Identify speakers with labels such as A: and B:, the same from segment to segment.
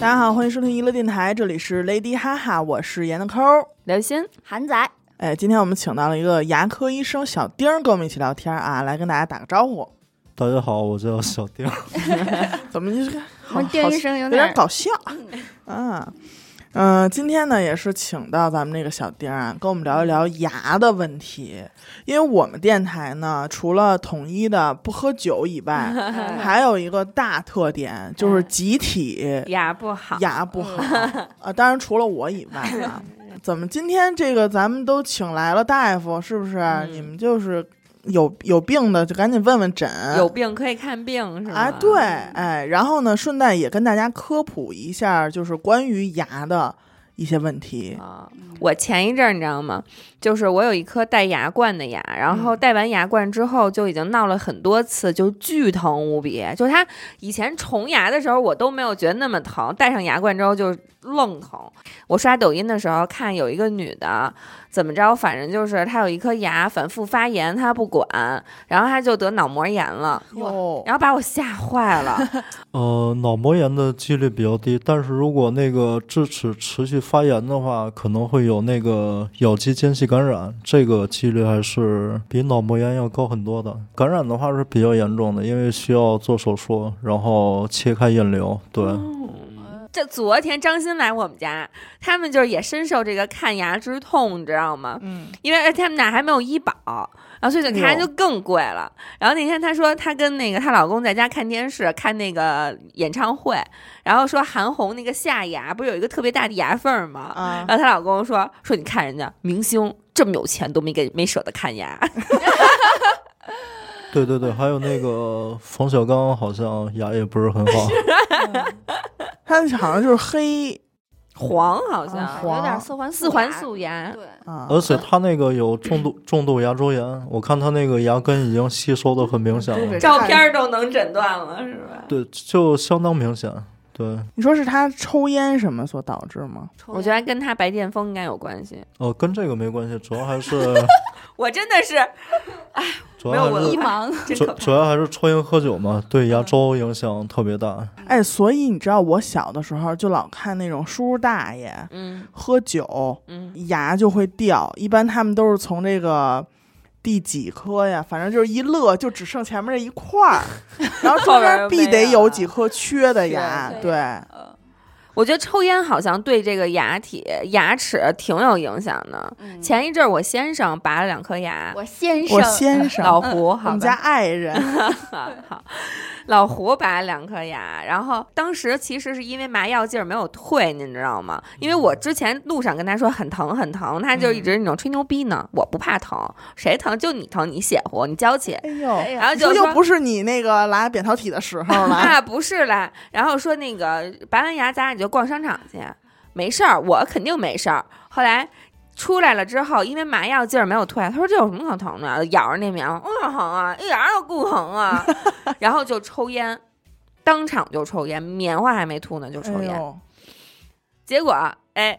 A: 大家好，欢迎收听娱乐电台，这里是 Lady 哈哈，我是严的抠儿。
B: 刘鑫，
C: 韩仔，
A: 哎，今天我们请到了一个牙科医生小丁儿跟我们一起聊天啊，来跟大家打个招呼。
D: 大家好，我叫小丁儿。
A: 怎么就是好
C: 我
A: 好
C: 丁医生有
A: 有点
C: 点
A: 搞笑啊？嗯、今天呢也是请到咱们这个小丁儿啊，跟我们聊一聊牙的问题，因为我们电台呢除了统一的不喝酒以外，
B: 哎
A: 还有一个大特点就是集体
B: 牙不好，
A: 牙不好
B: 嗯
A: 啊，当然除了我以外啊， 怎么今天这个咱们都请来了大夫，是不是？
B: 嗯
A: 你们就是有有病的就赶紧问问诊，
B: 有病可以看病是吧？
A: 啊，对，哎，然后呢，顺带也跟大家科普一下，就是关于牙的一些问题。
B: 啊，我前一阵儿你知道吗？就是我有一颗戴牙冠的牙，然
A: 嗯
B: 后戴完牙冠之后就已经闹了很多次，就巨疼无比。就是它以前虫牙的时候我都没有觉得那么疼，戴上牙冠之后就愣疼。我刷抖音的时候看有一个女的怎么着，反正就是她有一颗牙反复发炎，她不管，然后她就得脑膜炎了。
A: 哟，
B: 然后把我吓坏了，
D: 呃，脑膜炎的几率比较低，但是如果那个智齿持续发炎的话，可能会有那个咬肌间隙感染，这个几率还是比脑膜炎要高很多的。感染的话是比较严重的，因为需要做手术，然后切开引流。对，
B: 这昨天张鑫来我们家，他们就是也深受这个看牙之痛，你知道吗？
A: 嗯，
B: 因为他们俩还没有医保，然后所以就看
A: 哎
B: 牙
A: 呦
B: 就更贵了。然后那天她说她跟那个她老公在家看电视，看那个演唱会，然后说韩红那个下牙不是有一个特别大的牙缝儿吗？
A: 啊，
B: 然后她老公说说你看人家明星这么有钱都没给没舍得看牙，
D: 对对对，还有那个冯小刚好像牙也不是很好。
A: 它好像就是黑
B: 黄好像、
A: 啊黄
C: 有点四环
B: 四环素牙
C: 牙，对，
A: 啊，
B: 呃
D: 而且他那个有重度重度牙周炎，我看他那个牙根已经吸收的很明显了。
B: 照片儿都能诊断了是吧？
D: 对，就相当明显。对，
A: 你说是他抽烟什么所导致吗？
B: 我觉得跟他白癜风应该有关系。
D: 呃，跟这个没关系，主要还是
B: 我真的是
D: 主要
B: 没有我
D: 还
B: 的
C: 一
D: 是
C: 盲，
B: 真
D: 主
B: 可怕。嗯
D: 主要还是抽烟喝酒嘛，对牙周影响特别大。
A: 哎，所以你知道我小的时候就老看那种叔叔大爷
B: 嗯
A: 喝酒，
B: 嗯，
A: 牙就会掉，一般他们都是从这个。第几颗呀？反正就是一乐，就只剩前面这一块儿，然后中间必得有几颗缺的牙。
C: 缺
A: 对，
C: 呃
B: 我觉得抽烟好像对这个牙体、牙齿挺有影响的。
C: 嗯
B: 前一阵儿我先生拔了两颗牙，
C: 我先生，
A: 我先 生，嗯
B: 老胡，好
A: 我
B: 吧
A: 们家爱人，
B: 好，老胡拔了两颗牙，然后当时其实是因为麻药劲儿没有退，您知道吗？因为
A: 嗯
B: 我之前路上跟他说很疼很疼，他就一直那种吹牛逼呢，我不怕疼，谁疼就你疼，你血乎，你娇气。
A: 哎呦，
C: 哎呀
B: 然后
A: 你
B: 就
A: 说
B: 说
A: 又不是你那个拉扁桃体的时候 了，
B: 啊，不是啦。然后说那个拔完牙，咱俩就逛商场去，没事儿，我肯定没事儿。后来出来了之后，因为麻药劲儿没有退，他说这有什么可疼的？啊咬着那棉花，嗯，疼啊，一点儿都不疼 啊。然后就抽烟，当场就抽烟，棉花还没吐呢就抽
A: 哎
B: 烟。
A: 呦，
B: 结果哎，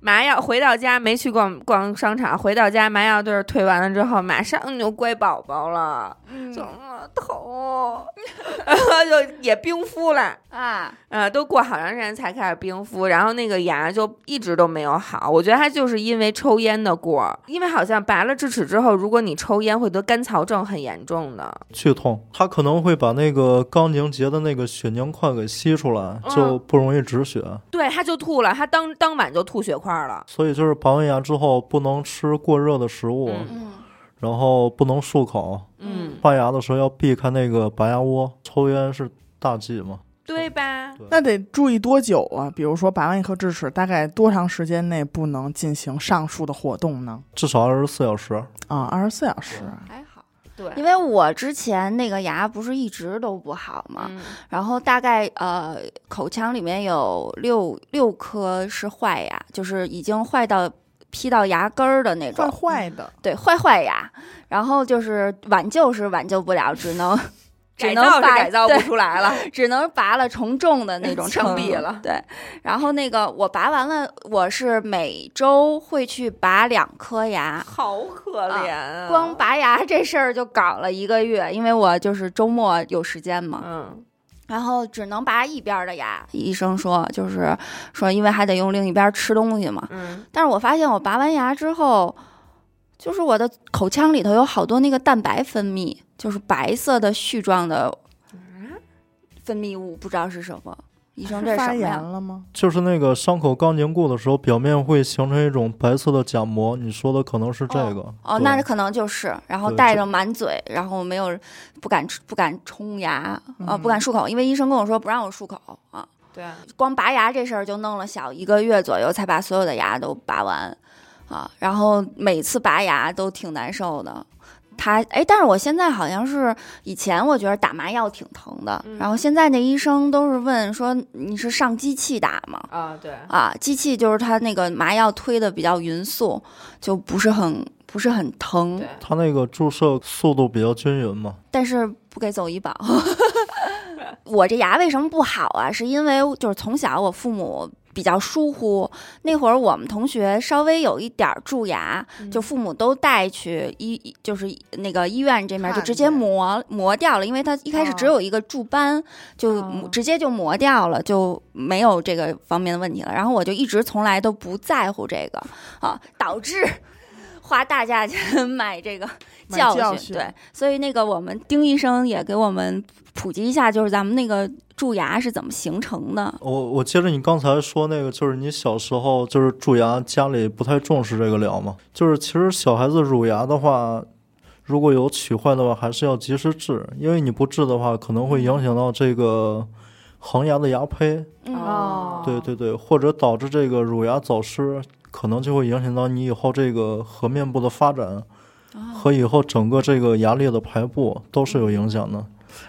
B: 麻药回到家没去逛逛商场，回到家麻药队儿退完了之后，马上就乖宝宝了，
C: 嗯
B: 怎么头，然后 就也冰敷了。
C: 啊，
B: 呃，都过好长时间才开始冰敷，然后那个牙就一直都没有好。我觉得他就是因为抽烟的过儿，因为好像拔了智齿之后，如果你抽烟会得干草症，很严重的。
D: 剧痛，它可能会把那个刚凝结的那个血凝块给吸出来，就
B: 嗯
D: 不容易止血。
B: 对，他就吐了，他当当晚就吐血块儿了。
D: 所以就是拔完牙之后不能吃过热的食物，
B: 嗯
C: 嗯，
D: 然后不能漱口，
B: 嗯，
D: 拔牙的时候要避开那个拔牙窝。抽烟是大忌嘛？
B: 对吧？
A: 那得注意多久啊？比如说拔完一颗智齿，大概多长时间内不能进行上述的活动呢？
D: 至少二十四小时。
A: 啊，二十四小时，
C: 还好，
B: 对，
C: 因为我之前那个牙不是一直都不好嘛，
B: 嗯
C: 然后大概呃，口腔里面有六六颗是坏牙，就是已经坏到劈到牙根儿的那
A: 坏
C: 种，
A: 坏的，
C: 对，坏坏牙，然后就是挽救是挽救不了，只能只
B: 改
C: 能
B: 造是
C: 把
B: 改造不
C: 对
B: 出来了。
C: 只能拔了重种的那种
B: 枪
C: 程
B: 毙
C: 度
B: 了
C: 对， 然后那个我拔完了，我是每周会去拔两颗牙。
B: 好可
C: 啊
B: 怜啊！
C: 光拔牙这事儿就搞了一个月，因为我就是周末有时间嘛，
B: 嗯，
C: 然后只能拔一边儿的牙。医生说，就是说，因为还得用另一边儿吃东西嘛。
B: 嗯，
C: 但是我发现我拔完牙之后，就是我的口腔里头有好多那个蛋白分泌，就是白色的絮状的
B: 嗯啊
C: 分泌物，不知道是什么。医生，这是什
A: 发
C: 么
A: 炎
C: 呀？
A: 了吗？
D: 就是那个伤口刚凝固的时候，表面会形成一种白色的假膜。你说的可能是这个
C: 哦，
D: 对
C: 那可能就是，然后
D: 对
C: 带
D: 这
C: 着满嘴，然后没有不敢吃不敢冲牙啊、
A: 嗯
C: 不敢漱口，因为医生跟我说不让我漱口啊。
B: 对啊，
C: 光拔牙这事儿就弄了小一个月左右，才把所有的牙都拔完啊。然后每次拔牙都挺难受的。他哎，但是我现在好像是以前我觉得打麻药挺疼的，
B: 嗯
C: 然后现在那医生都是问说你是上机器打吗？
B: 啊对，
C: 啊，机器就是它那个麻药推的比较匀速，就不是很不是很疼
B: 对，
D: 它那个注射速度比较均匀嘛。
C: 但是不给走医保。 我这牙为什么不好啊？是因为就是从小我父母比较疏忽，那会儿我们同学稍微有一点儿蛀牙，
A: 嗯
C: 就父母都带去医，就是那个医院这面就
A: 看
C: 直接
A: 去
C: 磨磨掉了，因为它一开始只
A: 哦
C: 有一个蛀斑，就
B: 哦
C: 直接就磨掉了，就没有这个方面的问题了。然后我就一直从来都不在乎这个啊，导致 花大价钱 买这个
A: 买
C: 教训。
A: 教训
C: 对，所以那个我们丁医生也给我们普及一下，就是咱们那个蛀牙是怎么形成的。
D: 我我接着你刚才说那个，就是你小时候就是蛀牙，家里不太重视这个聊嘛。就是其实小孩子乳牙的话，如果有龋坏的话，还是要及时治，因为你不治的话，可能会影响到这个恒牙的牙胚，
C: 嗯
B: 哦
D: 对对对，或者导致这个乳牙早失，可能就会影响到你以后这个颌面部的发展和以后整个这个牙列的排布都是有影响的。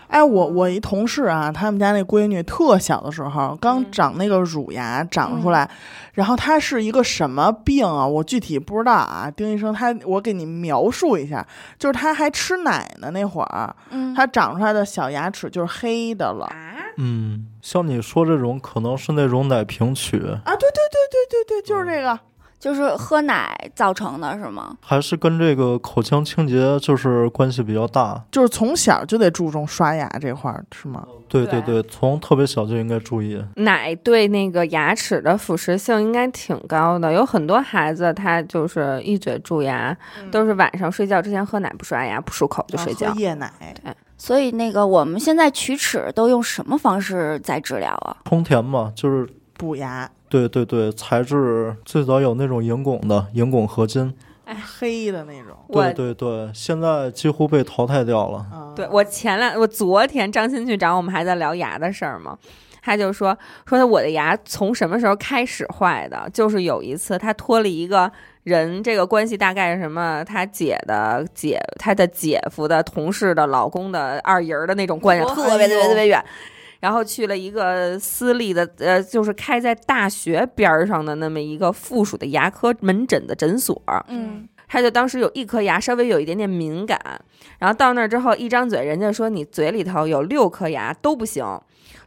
A: 哎，我我一同事啊，他们家那闺女特小的时候刚
B: 嗯
A: 长那个乳牙长出来，然后她是一个什么病啊？我具体不知道啊。丁医生他，我给你描述一下，就是她还吃奶呢那会儿，
C: 嗯，
A: 她长出来的小牙齿就是黑的了。
B: 啊，
D: 嗯，像你说这种可能是那种奶瓶龋，
A: 啊，对对对对对对，就是这个。
C: 就是喝奶造成的是吗？
D: 还是跟这个口腔清洁就是关系比较大。
A: 就是从小就得注重刷牙这块儿，是吗？
D: 对
B: 对
D: 对对，从特别小就应该注意。
B: 奶对那个牙齿的腐蚀性应该挺高的，有很多孩子他就是一嘴蛀牙，都是晚上睡觉之前喝奶不刷牙不漱口就睡觉
A: 嗯啊喝。夜奶，
C: 所以那个我们现在龋齿都用什么方式在治疗啊？
D: 充填嘛，就是
A: 补牙，
D: 对对对，材质最早有那种银汞的银汞合金，
A: 黑的那种。
B: 我
D: 对对对，现在几乎被淘汰掉了。
A: 啊，
B: 对我前两我昨天张鑫去找我们还在聊牙的事儿嘛，他就说说我的牙从什么时候开始坏的，就是有一次他脱离一个人，这个关系大概是什么，他姐的姐他的姐夫的同事的老公的二姨儿的那种关系，
C: 哇
B: 特别特
A: 哎
B: 别
A: 呦
B: 特别远。然后去了一个私立的，呃，就是开在大学边儿上的那么一个附属的牙科门诊的诊所，
C: 嗯，
B: 他就当时有一颗牙稍微有一点点敏感，然后到那儿之后一张嘴，人家说你嘴里头有六颗牙都不行，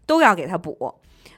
B: 都要给他补。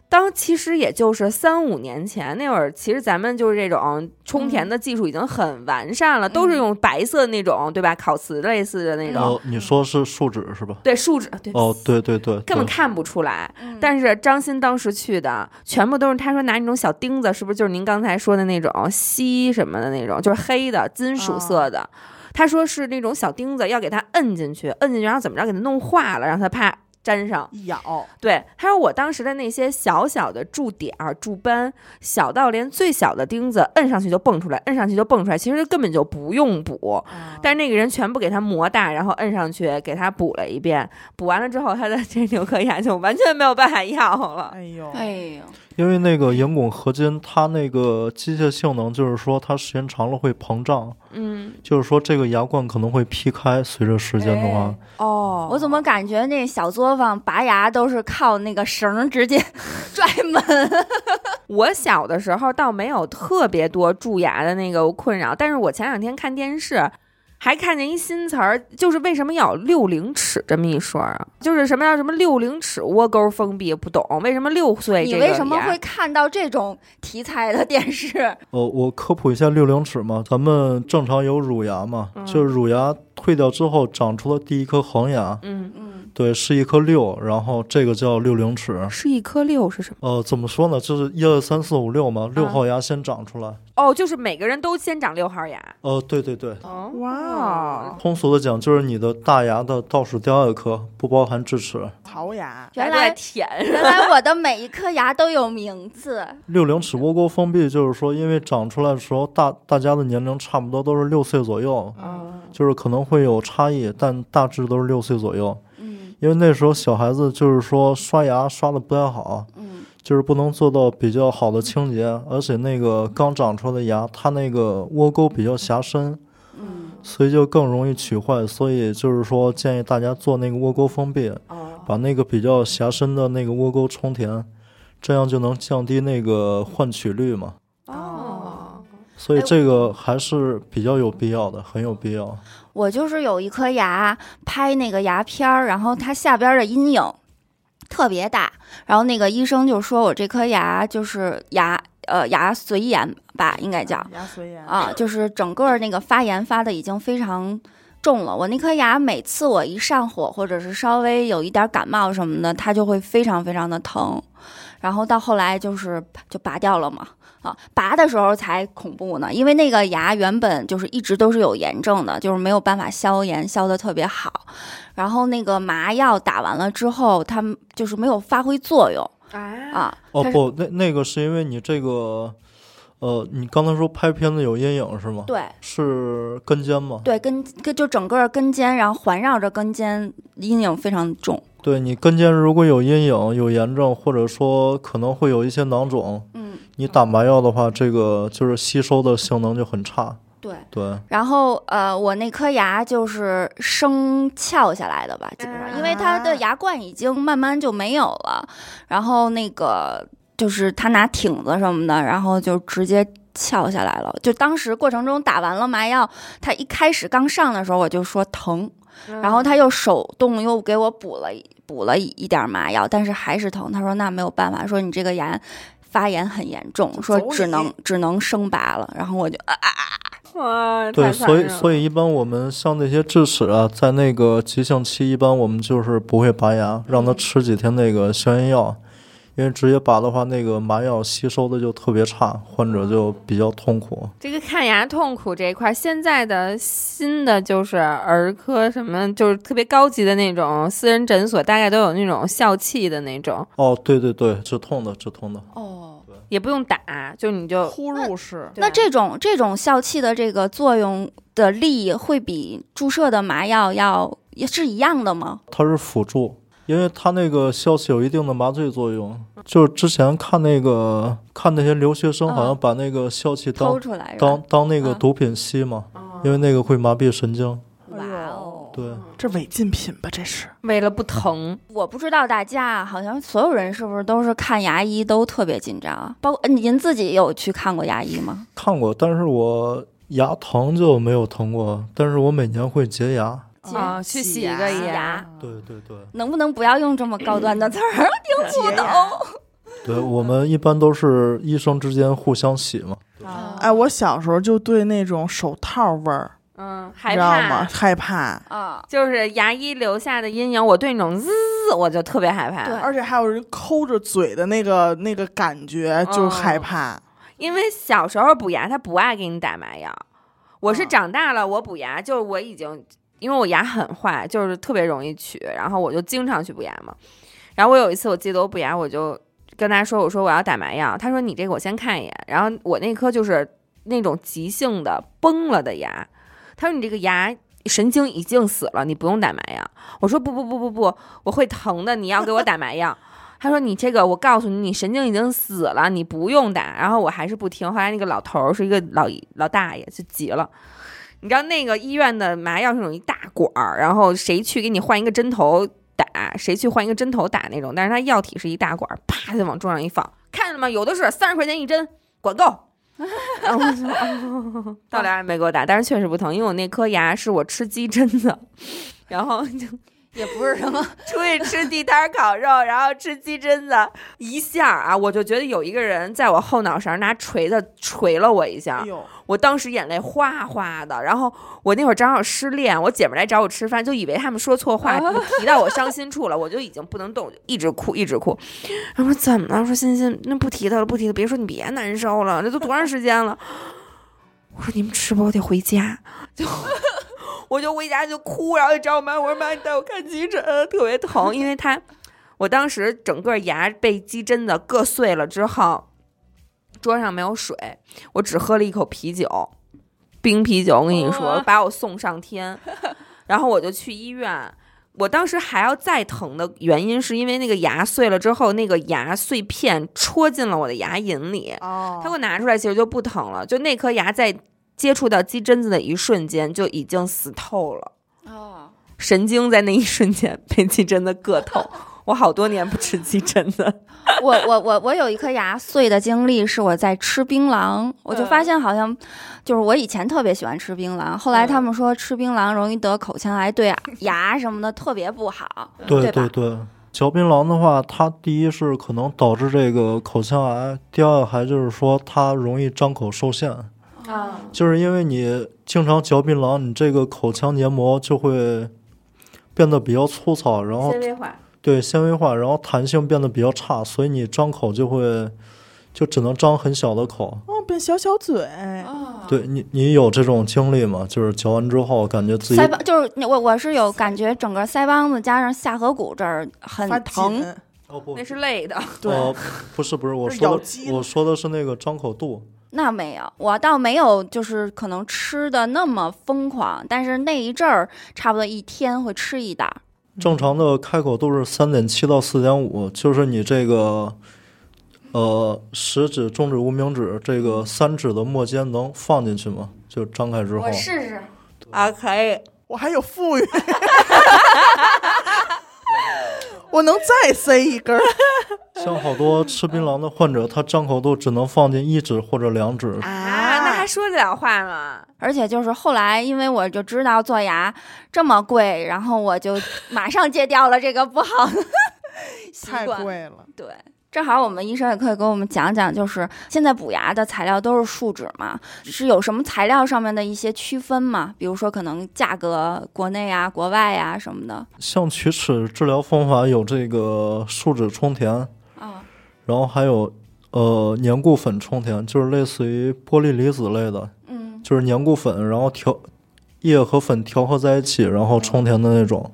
B: 当其实也就是三五年前那会儿，其实咱们就是这种充
D: 嗯
B: 填的技术已经很完善了，都是用白色那种对吧？烤瓷类似的那种，
D: 哦，你说是树脂是吧？
B: 对树脂，对，
D: 哦，对对对，
B: 根本
D: 对
B: 看不出来。
C: 嗯
B: 但是张鑫当时去的，全部都是他说拿那种小钉子，是不是就是您刚才说的那种锡什么的那种，就是黑的金属色的。他说是那种小钉子，要给它摁进去，摁进去，然后怎么着给它弄化了，让它啪粘上。
A: 一咬，
B: 对，他说我当时的那些小小的蛀点儿、蛀斑，小到连最小的钉子摁上去就蹦出来，摁上去就蹦出来，其实根本就不用补。但是那个人全部给他磨大，然后摁上去给他补了一遍，补完了之后，他的 这六颗牙就完全没有办法要了。
A: 哎呦，
C: 哎呦，
D: 因为那个银汞合金，它那个机械性能就是说，它时间长了会膨胀，
B: 嗯，
D: 就是说这个牙冠可能会劈开，随着时间的话，
B: 哦
C: 我怎么感觉那小作坊拔牙都是靠那个绳儿直接 拽门？
B: 我小的时候倒没有特别多蛀牙的那个困扰，但是我前两天看电视。还看见一新词儿，就是为什么要有六龄齿这么一说啊？就是什么叫什么六龄齿窝沟封闭，不懂为什么六岁
C: 你
B: 这个
C: 为什么
B: 牙
C: 会看到这种题材的电视？
D: 呃，我科普一下六龄齿嘛，咱们正常有乳牙嘛，
B: 嗯
D: 就是乳牙退掉之后长出了第一颗恒牙，
B: 嗯
C: 嗯，
D: 对，是一颗六，然后这个叫六零齿。
B: 是一颗六是什么？
D: 呃，怎么说呢？就是一二三四五六嘛，六
B: 啊
D: 号牙先长出来。
B: 哦，就是每个人都先长六号牙。
D: 呃，对对对，
B: 哦
A: 哇，
D: 通俗的讲就是你的大牙的倒数第二颗，不包含智齿。
A: 槽牙，
C: 原
B: 还在
C: 来
B: 舔，
C: 原来我的每一颗牙都有名字，
D: 六零齿窝沟封闭就是说，因为长出来的时候，大大家的年龄差不多都是六岁左右，
A: 嗯，
D: 就是可能会有差异，但大致都是六岁左右。
C: 嗯
D: 因为那时候小孩子就是说刷牙刷的不太好，
C: 嗯
D: 就是不能做到比较好的清洁，而且那个刚长出来的牙，它那个窝沟比较狭深，
C: 嗯，
D: 所以就更容易龋坏。所以就是说，建议大家做那个窝沟封闭，把那个比较狭深的那个窝沟充填，这样就能降低那个换龋率嘛。
B: 哦，
D: 所以
C: 哎
D: 这个还是比较有必要的，很有必要。
C: 我就是有一颗牙拍那个牙片儿，然后它下边儿的阴影特别大，然后那个医生就说我这颗牙就是牙呃牙髓炎吧，应该叫，
A: 牙髓炎，
C: 啊，就是整个那个发炎发的已经非常重了。我那颗牙每次我一上火，或者是稍微有一点感冒什么的，它就会非常非常的疼。然后到后来就是就拔掉了嘛，啊，拔的时候才恐怖呢，因为那个牙原本就是一直都是有炎症的，就是没有办法消炎消的特别好。然后那个麻药打完了之后，它们就是没有发挥作用
B: 啊，
C: 啊。
D: 哦
C: 它是
D: 不，那那个是因为你这个，呃，你刚才说拍片子有阴影是吗？
C: 对，
D: 是根尖吗？
C: 对，跟跟就整个跟尖，然后环绕着跟尖，阴影非常重。
D: 对你跟腱如果有阴影、有炎症，或者说可能会有一些囊肿，
C: 嗯，
D: 你打麻药的话，这个就是吸收的性能就很差。
C: 对。
D: 对，
C: 然后呃，我那颗牙就是生翘下来的吧，基本上，因为它的牙冠已经慢慢就没有了。然后那个就是他拿挺子什么的，然后就直接。翘下来了，就当时过程中打完了麻药，他一开始刚上的时候我就说疼，然
A: 嗯
C: 后他又手动又给我补了一补了一一点儿麻药，但是还是疼。他说那没有办法，说你这个牙发炎很严重，说
A: 走
C: 只
A: 你
C: 能只能生拔了。然后我就啊啊啊，
B: 哇，
D: 对，所以所以一般我们像那些智齿啊，在那个急性期，一般我们就是不会拔牙，让它吃几天那个消炎药，因为直接拔的话，那个麻药吸收的就特别差，患者就比较痛苦。
B: 这个看牙痛苦这一块，现在的新的就是儿科什么，就是特别高级的那种私人诊所，大概都有那种笑气的那种，
D: 哦，对对对，止痛的，止痛的。
C: 哦，
B: 也不用打，就你就啊
A: 呼入式，
C: 那这种这种笑气的这个作用的力会比注射的麻药要也是一样的吗？
D: 它是辅助，因为它那个消息有一定的麻醉作用。就是之前看那个看那些留学生，
C: 嗯
D: 好像把那个笑气当、
C: 偷出来是吧
D: 当？当那个
C: 啊
D: 毒品吸嘛，因为那个会麻痹神经。
C: 哇
A: 哎
C: 哦！
D: 对，
A: 这违禁品吧？这是
B: 为了不疼，
C: 我不知道大家啊好像所有人是不是都是看牙医都特别紧张啊？包括您自己有去看过牙医吗？
D: 看过，但是我牙疼就没有疼过，但是我每年会洁牙。
B: 啊去洗
A: 牙
B: 个
C: 牙，
D: 对对对，
C: 能不能不要用这么高端的词儿？啊
A: 不懂。
D: 对我们一般都是医生之间互相洗嘛。
B: 啊
C: 啊
A: 哎，我小时候就对那种手套味儿，
B: 嗯，
A: 你
B: 害
A: 知道吗？
B: 怕，
A: 害怕，
C: 啊，
B: 就是牙医留下的阴影，我对那种滋，我就特别害怕。
C: 对
A: 而且还有人抠着嘴的那个那个感觉，就
B: 嗯
A: 害怕。
B: 因为小时候补牙，他不爱给你打麻药。我是
A: 嗯
B: 长大了，我补牙就是我已经，因为我牙很坏，就是特别容易龋，然后我就经常去补牙嘛。然后我有一次我记得我补牙，我就跟他说，我说我要打麻药，他说你这个我先看一眼。然后我那颗就是那种急性的崩了的牙，他说你这个牙。神经已经死了，你不用打麻药。我说不不不不不，我会疼的，你要给我打麻药。他说：“你这个，我告诉你，你神经已经死了，你不用打。”然后我还是不听。后来那个老头儿是一个老老大爷，就急了。你知道那个医院的麻药是那种一大管儿，然后谁去给你换一个针头打，谁去换一个针头打那种。但是它药体是一大管儿，啪就往桌上一放，看见了吗？有的是三十块钱一针，管够。然后我说哦 到俩也没给我打，但是确实不疼，因为我那颗牙是我吃鸡真的，然后就
C: 也不是什么，
B: 出去吃地摊烤肉，然后吃鸡胗子，一下啊，我就觉得有一个人在我后脑勺拿锤子锤了我一下
A: 哎，呦，
B: 我当时眼泪哗哗的。然后我那会儿正好失恋，我姐们儿来找我吃饭，就以为他们说错话，提到我伤心处了， 我就已经不能动，就一直哭，一直哭。然后我说怎么了？我说欣欣，那不提他了，不提他，别说你别难受了，这都多长时间了？我说你们吃吧，我得回家。 就我就回家就哭，然后就找我妈，我说妈，你带我看急诊，特别疼，因为他我当时整个牙被鸡胗子硌碎了之后，桌上没有水，我只喝了一口啤酒，冰啤酒，我跟你说，
C: 哇
B: 把我送上天，然后我就去医院。我当时还要再疼的原因，是因为那个牙碎了之后，那个牙碎片戳进了我的牙龈里，
A: 哦
B: 它给我拿出来，其实就不疼了。就那颗牙在接触到鸡胗子的一瞬间，就已经死透了，
C: 哦，
B: 神经在那一瞬间 被鸡胗子硌透。我好多年不吃鸡胗子，
C: 我我我我有一颗牙碎的经历是我在吃槟榔，我就发现好像就是我以前特别喜欢吃槟榔，后来他们说吃槟榔容易得口腔癌，对牙什么的特别不好，
D: 对
C: 吧？
D: 对，嚼槟榔的话，它第一是可能导致这个口腔癌，第二还就是说它容易张口受限，
B: 啊
D: 就是因为你经常嚼槟榔，你这个口腔黏膜就会变得比较粗糙，然后
B: 维化。
D: 对纤维化，然后弹性变得比较差，所以你张口就会就只能张很小的口。
A: 哦，变小小嘴，
B: 嗯哦
D: 对你，你有这种经历吗？就是嚼完之后感觉自己
C: 腮帮就是我我是有感觉，整个腮帮子加上下颌骨这儿很
A: 发
C: 疼。
A: 紧，
D: 哦不
B: 那是累的，
A: 对，
D: 哦不是不是，我
A: 是咬
D: 说
A: 肌
D: 的我说的是那个张口度。
C: 那没有，我倒没有，就是可能吃的那么疯狂，但是那一阵儿差不多一天会吃一袋儿。
D: 正常的开口度是三点七到四点五，就是你这个，呃，食指、中指、无名指这个三指的末尖能放进去吗？就张开之后，
C: 试试，
B: 啊，可以，
A: 我还有富裕， 我能再塞一根儿，
D: 像好多吃槟榔的患者，他张口度只能放进一指或者两指。
B: 啊，那还说得了话吗？
C: 而且就是后来，因为我就知道做牙这么贵，然后我 就马上戒掉了这个不好的 习
A: 太
C: 惯。
A: 贵了，
C: 对，正好我们医生也可以给我们讲讲，就是现在补牙的材料都是树脂嘛，是有什么材料上面的一些区分吗？比如说可能价格，国内啊、国外啊什么的。
D: 像龋齿治疗方法有这个树脂充填，
C: 啊、
D: 然后还有呃粘固粉充填，就是类似于玻璃离子类的，
C: 嗯，
D: 就是粘固粉，然后调液和粉调和在一起，然后充填的那种。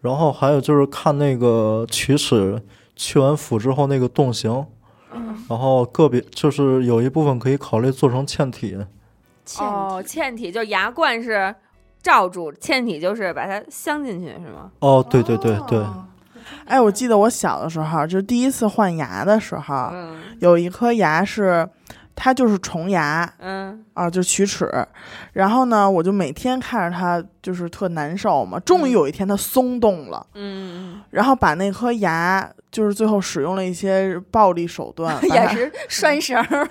D: 然后还有就是看那个龋齿去完腐之后那个动形，
C: 嗯
D: 然后个别就是有一部分可以考虑做成嵌体，
C: 嵌
B: 哦，
C: 体
B: 嵌体就牙冠是罩住，嵌体就是把它镶进去，是吗？
D: 哦，对对对对，
A: 哎，我记得我小的时候，就是第一次换牙的时候，
B: 嗯
A: 有一颗牙是，它就是虫牙，
B: 嗯，
A: 啊，就是龋齿，然后呢，我就每天看着它，就是特难受嘛。终于有一天它松动了，
B: 嗯，
A: 然后把那颗牙，就是最后使用了一些暴力手段，把
C: 也
A: 它
C: 是拴绳儿，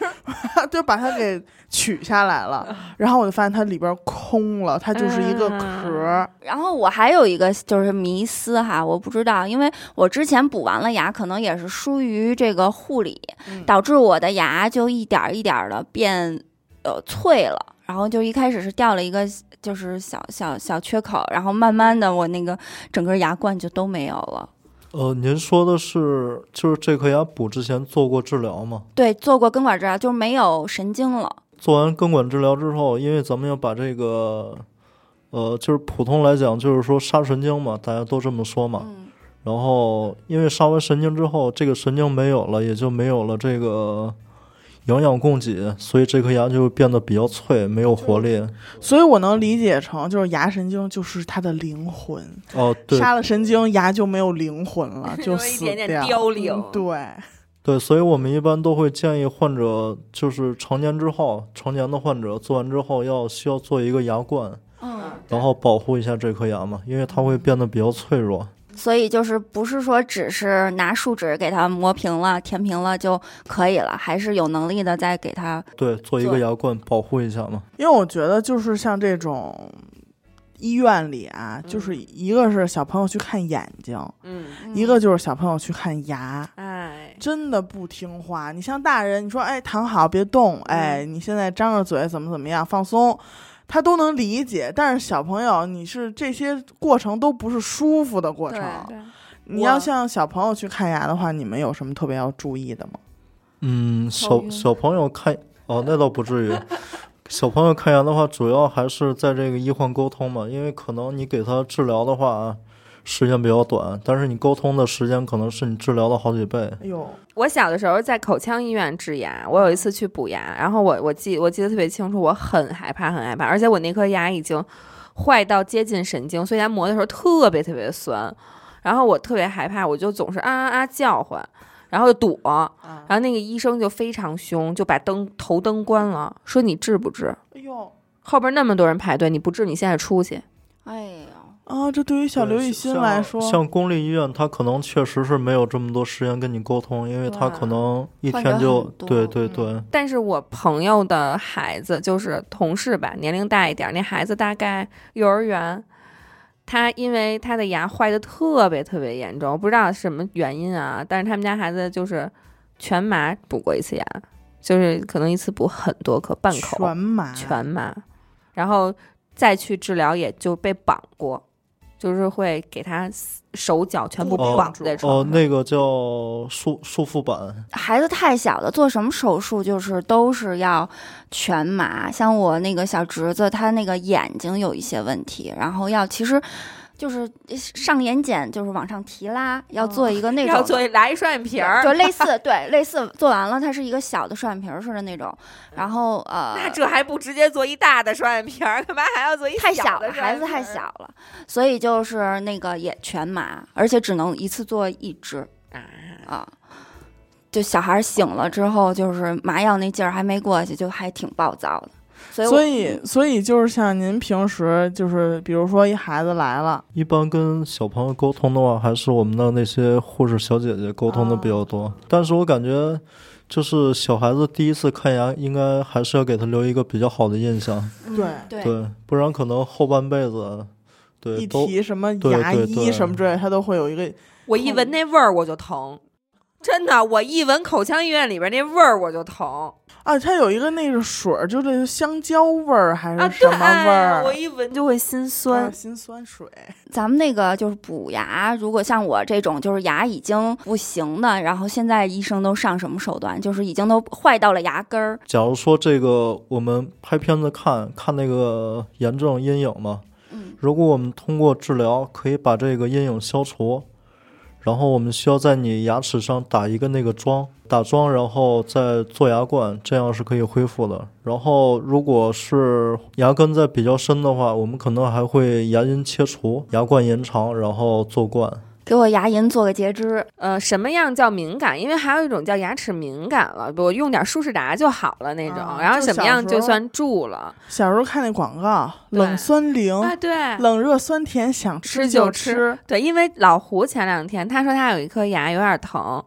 A: 就把它给取下来了。然后我就发现它里边空了，它就是一个壳儿。
C: 然后我还有一个就是迷思哈，我不知道，因为我之前补完了牙，可能也是疏于这个护理，
A: 嗯
C: 导致我的牙就一点儿一点的变呃脆了。然后就一开始是掉了一个就是小小小缺口，然后慢慢的我那个整个牙冠就都没有了。
D: 呃，您说的是就是这颗牙补之前做过治疗吗？
C: 对，做过根管治疗就没有神经了。
D: 做完根管治疗之后，因为咱们要把这个，呃，就是普通来讲，就是说杀神经嘛，大家都这么说嘛。
C: 嗯，
D: 然后因为杀完神经之后，这个神经没有了，也就没有了这个营养供给，所以这颗牙就变得比较脆，没有活力。
A: 所以我能理解成，就是牙神经就是它的灵魂，
D: 哦，对
A: 杀了神经，牙就没有灵魂 了，就
B: 一
A: 死
B: 点点
A: 掉
B: 凋零
A: 嗯对，
D: 对，所以我们一般都会建议患者，就是成年之后，成年的患者做完之后要需要做一个牙冠，
C: 嗯，
D: 然后保护一下这颗牙嘛，因为它会变得比较脆弱。
C: 所以就是不是说只是拿树脂给它磨平了、填平了就可以了，还是有能力的再给它
D: 对，做一
C: 做
D: 个牙冠保护一下嘛。
A: 因为我觉得就是像这种医院里啊，就是一个是小朋友去看眼睛，
B: 嗯，
A: 一个就是小朋友去看牙。
B: 哎，
A: 真的不听话，你像大人，你说哎躺好别动，哎
B: 嗯
A: 你现在张着嘴怎么怎么样放松，他都能理解。但是小朋友，你是这些过程都不是舒服的过程。
C: 对
B: 对，
A: 你要
C: 我
A: 像小朋友去看牙的话，你们有什么特别要注意的吗？
D: 嗯，
C: 头
D: 小
C: 晕
D: 小朋友看哦，那倒不至于。小朋友看牙的话，主要还是在这个医患沟通嘛，因为可能你给他治疗的话，啊时间比较短，但是你沟通的时间可能是你治疗的好几倍。
A: 哎呦，
B: 我小的时候在口腔医院治牙，我有一次去补牙，然后我我记我记得特别清楚，我很害怕，很害怕，而且我那颗牙已经坏到接近神经，所以它磨的时候特别特别酸，然后我特别害怕，我就总是啊啊啊叫唤，然后就躲，然后那个医生就非常凶，就把灯头灯关了，说你治不治？
A: 哎呦，
B: 后边那么多人排队，你不治你现在出去。
C: 哎呀，
A: 啊，这对于小
D: 对
A: 刘啊雨欣
D: 像
A: 来说，
D: 像公立医院，他可能确实是没有这么多时间跟你沟通，因为他
B: 对
D: 可能一
C: 患
D: 天
C: 者
D: 就
C: 很多
D: 对对
A: 嗯
D: 对，
B: 但是我朋友的孩子就是同事吧，年龄大一点儿，那孩子大概幼儿园，他因为他的牙坏的特别特别严重，不知道什么原因啊，但是他们家孩子就是全麻补过一次牙，就是可能一次补很多颗，半口
A: 全麻，
B: 全麻，然后再去治疗也就被绑过，就是会给他手脚全部
A: 固定
B: 绑
A: 住
B: 在床
D: 哦，
B: 上。
D: 那个叫束束缚板，
C: 孩子太小了，做什么手术就是都是要全麻。像我那个小侄子，他那个眼睛有一些问题，然后要其实就是上眼睑就是往上提拉，要做一个那
B: 哦
C: 种
B: 要做拿一双眼皮儿，
C: 就类 似对类似做完了，它是一个小的双眼皮儿似的那种，然后呃，
B: 那这还不直接做一大的双眼皮儿，干嘛还要做一
C: 太
B: 小
C: 小
B: 的
C: 了，
B: 双眼
C: 孩
B: 皮
C: 子太
B: 儿
C: 小了，所以就是那个也全麻，而且只能一次做一支
B: 啊？
C: 啊。就小孩醒了之后，就是麻药那劲儿还没过去，就还挺暴躁的。所以我
A: 所以所以就是像您平时就是，比如说一孩子来了，
D: 一般跟小朋友沟通的话，还是我们的那些护士小姐姐沟通的比较多。但是我感觉，就是小孩子第一次看牙，应该还是要给他留一个比较好的印象，
C: 嗯
A: 对
C: 对
D: 对，不然可能后半辈子，对
A: 一
D: 都
A: 提什么
D: 对
A: 牙
D: 对
A: 医
D: 对
A: 什么之类，他都会有一个
B: 我一
C: 嗯
B: 闻那味儿我就疼，真的，我一闻口腔医院里边那味儿我就疼
A: 啊，它有一个那个水儿，就这个香蕉味儿还
B: 啊！
A: 是
B: 对，
A: 什么味儿？
B: 我一闻就会心
A: 酸、
B: 酸。
A: 心酸水，
C: 嗯咱们那个就是补牙，如果像我这种就是牙已经不行的，然后现在医生都上什么手段，就是已经都坏到了牙根儿，
D: 假如说这个我们拍片子看看那个炎症阴影嘛，
C: 嗯，
D: 如果我们通过治疗可以把这个阴影消除，然后我们需要在你牙齿上打一个那个桩，打桩然后再做牙冠，这样是可以恢复的。然后如果是牙根在比较深的话，我们可能还会牙龈切除、牙冠延长，然后做冠。
C: 给我牙龈做个截肢。
B: 呃，什么样叫敏感？因为还有一种叫牙齿敏感了，我用点舒适达就好了那种。
A: 啊
B: 然后
A: 就
B: 什
A: 小
B: 么样
A: 时
B: 就
A: 候
B: 算蛀了
A: 小时候看那广告，
B: 对
A: 冷酸灵、
B: 啊？对，
A: 冷热酸甜，想
B: 吃
A: 就
B: 就吃对，因为老胡前两天他说他有一颗牙有点疼，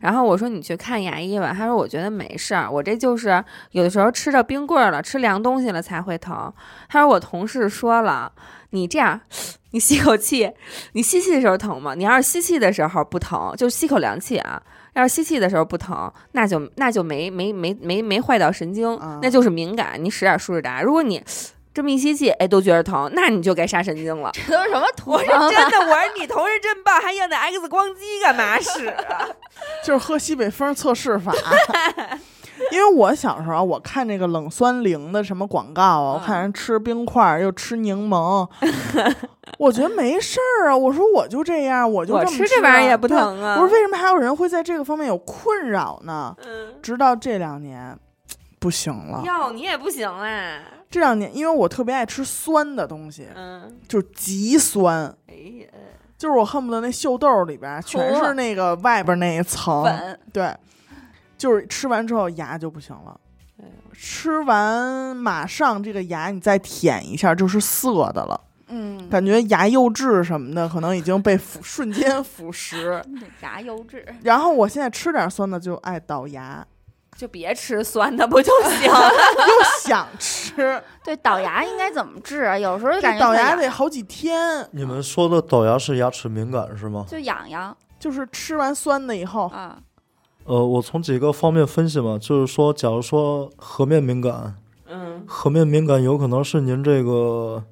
B: 然后我说你去看牙医吧，他说我觉得没事儿，我这就是有的时候吃着冰棍儿了，吃凉东西了才会疼。他说我同事说了，你这样，你吸口气，你吸气的时候疼吗？你要是吸气的时候不疼，就吸口凉气啊。要是吸气的时候不疼，那就那就没没没没没坏到神经，
A: 啊
B: 那就是敏感。你使点舒适达，如果你这么一吸气，哎，都觉得疼，那你就该杀神经了。
C: 这都是什么土
B: 我是真的，我说你同事真棒，还要那 X 光机 干嘛使啊？
A: 就是喝西北风测试法。 因为我小时候，我看那个冷酸灵的什么广告啊，我
B: 嗯
A: 看人吃冰块儿又吃柠檬，我觉得没事儿啊。我说我就这样，我就
B: 我
A: 这么
B: 吃这
A: 啊
B: 玩意儿也不
A: 对
B: 疼啊
A: 我说为什么还有人会在这个方面有困扰呢？
B: 嗯，
A: 直到这两年，不行了。
B: 哟，你也不行啊啦。
A: 这两年，因为我特别爱吃酸的东西，
B: 嗯，
A: 就极酸，
B: 哎呀，
A: 就是我恨不得那秀豆里边儿全是那个外边那一层，
C: 粉，
A: 对，就是吃完之后牙就不行了
B: 哎呦。
A: 吃完马上这个牙你再舔一下就是涩的了，
C: 嗯，
A: 感觉牙釉质什么的可能已经被腐 瞬间腐蚀。
C: 牙优质。
A: 然后我现在吃点酸的就爱倒牙，
B: 就别吃酸的不就行了？
A: 又想吃，
C: 对，倒牙应该怎么治啊？有时候 感
A: 这
C: 觉
A: 倒
C: 特
A: 牙
C: 痒
A: 得好几天，
D: 你们说的倒牙是牙齿敏感是吗？
C: 就痒痒
A: 就是吃完酸的以后，
C: 啊，
D: 呃，我从几个方面分析嘛，就是说，假如说颌面敏感，
B: 嗯，
D: 颌面敏感有可能是您这个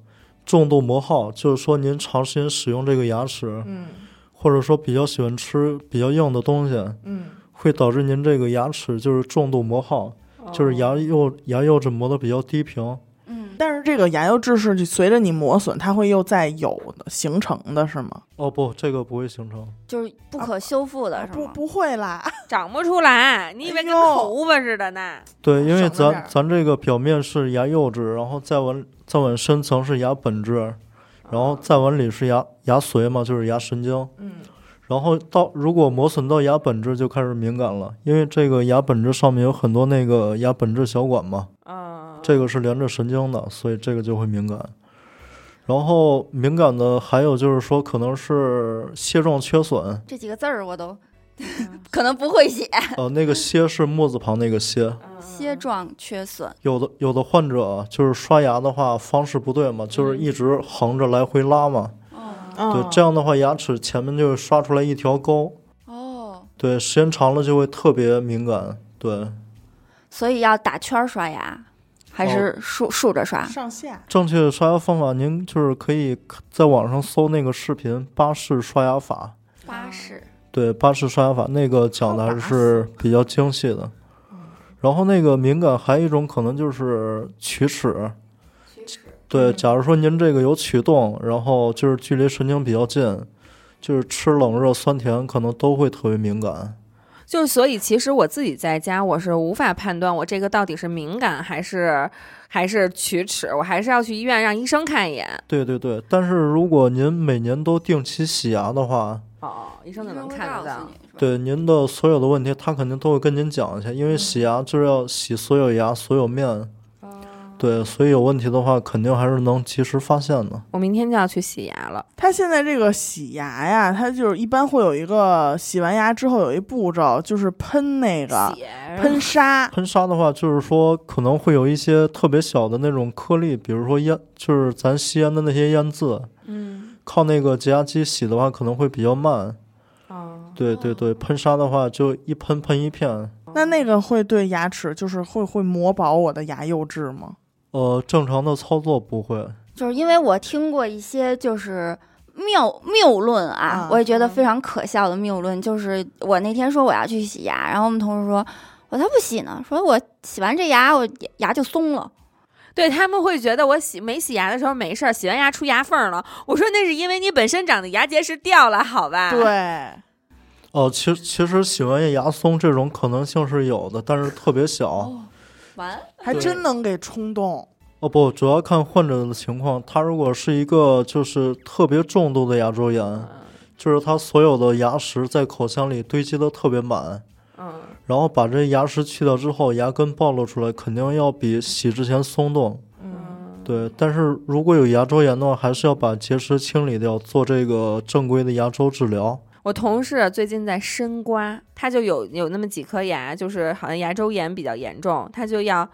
D: 重度磨耗，就是说您长时间使用这个牙齿，
A: 嗯
D: 或者说比较喜欢吃比较硬的东西，
A: 嗯
D: 会导致您这个牙齿就是重度磨耗，
A: 哦
D: 就是牙釉牙釉质磨得比较低平。
C: 嗯，
A: 但是这个牙釉质是你随着你磨损，它会又再有的形成的是吗？
D: 哦不，这个不会形成。
C: 就是不可修复的是
A: 啊不
C: 吗？
A: 不会啦，
B: 长不出来，你以为跟
A: 哎呦
B: 头发似的呢？
D: 对，因为
A: 省着点
D: 咱
A: 儿
D: 咱这个表面是牙釉质，然后再往再往深层是牙本质，然
A: 啊
D: 后再往里是牙牙髓嘛，就是牙神经。
A: 嗯
D: 然后到如果磨损到牙本质就开始敏感了，因为这个牙本质上面有很多那个牙本质小管嘛，
B: 嗯，
D: 这个是连着神经的，所以这个就会敏感。然后敏感的还有就是说可能是楔状缺损，
C: 这几个字儿我都
A: 嗯
C: 可能不会写，
D: 呃，那个楔是木字旁那个楔。
A: 嗯
C: 楔状缺损，
D: 有的有的患者就是刷牙的话方式不对嘛，就是一直横着来回拉嘛，
C: 嗯哦
A: 啊
D: 对，这样的话牙齿前面就会刷出来一条沟，
C: 哦，
D: 对，时间长了就会特别敏感，对。
C: 所以要打圈儿刷牙，还是竖竖着刷？
A: 上下
D: 正确的刷牙方法，您就是可以在网上搜那个视频“巴氏刷牙法
C: 巴士”，
D: 对，“巴氏刷牙法”那个讲的还是比较精细的。然后那个敏感还有一种可能就是龋齿，对，假如说您这个有龋洞，然后就是距离神经比较近，就是吃冷热酸甜可能都会特别敏感。
B: 就是所以，其实我自己在家，我是无法判断我这个到底是敏感还是还是龋齿，我还是要去医院让医生看一眼。
D: 对对对，但是如果您每年都定期洗牙的话，
B: 哦，医生
C: 医
B: 就能
C: 生会
B: 看得
C: 告
B: 到
C: 诉。你是吧，
D: 对您的所有的问题，他肯定都会跟您讲一下，因为洗牙就是要洗所有牙、所有面。对，所以有问题的话，肯定还是能及时发现的。
B: 我明天就要去洗牙了。
A: 它现在这个洗牙呀，它就是一般会有一个洗完牙之后有一步骤，就是喷那个
B: 血，
A: 喷砂，
D: 喷砂的话，就是说可能会有一些特别小的那种颗粒，比如说烟，就是咱吸烟的那些烟渍，
B: 嗯，
D: 靠那个洁牙机洗的话，可能会比较慢。
B: 哦，
D: 对对对，喷砂的话就一喷喷一片。
A: 那那个会对牙齿就是会会磨薄我的牙釉质吗？
D: 呃，正常的操作不会。
C: 就是因为我听过一些就是谬谬论啊
A: 啊，
C: 我也觉得非常可笑的谬论，就是我那天说我要去洗牙，然后我们同事说。我才不洗呢！说我洗完这牙，我牙牙就松了。
B: 对他们会觉得我洗没洗牙的时候没事儿，洗完牙出牙缝了。我说那是因为你本身长的牙结石掉了，好吧？，
A: 对，
D: 哦、其实其实洗完牙松这种可能性是有的，但是特别小。
C: 哦，完，
A: 还真能给冲动。
D: 哦不，主要看患者的情况。他如果是一个就是特别重度的牙周炎，就是他所有的牙石在口腔里堆积的特别满，
B: 嗯，
D: 然后把这牙石去掉之后，牙根暴露出来，肯定要比洗之前松动。
A: 嗯
D: 对，但是如果有牙周炎的话，还是要把结石清理掉，做这个正规的牙周治疗。
B: 我同事最近在深刮，他就有有那么几颗牙，就是好像牙周炎比较严重，他就要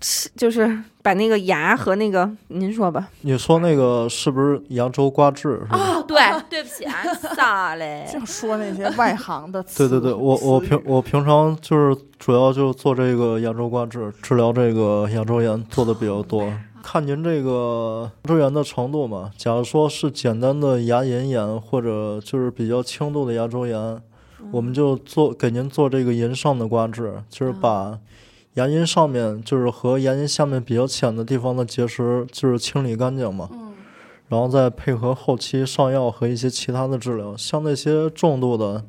B: 吃，就是把那个牙和那个您说吧。
D: 你说那个是不是牙周刮治？是吧？
B: 哦，对，对不起 啊，sorry。
A: 就说那些外行的词
D: 对
A: 语。
D: 对对，我我
A: 词语
D: 平我平常就是主要就做这个牙周刮治，治疗这个牙周炎做的比较多。看您这个牙周炎的程度嘛，假如说是简单的牙龈炎或者就是比较轻度的牙周炎，我们就做给您做这个龈上的刮治，就是把牙龈上面就是和牙龈下面比较浅的地方的结石就是清理干净嘛。
C: 嗯，
D: 然后再配合后期上药和一些其他的治疗。像那些重度的，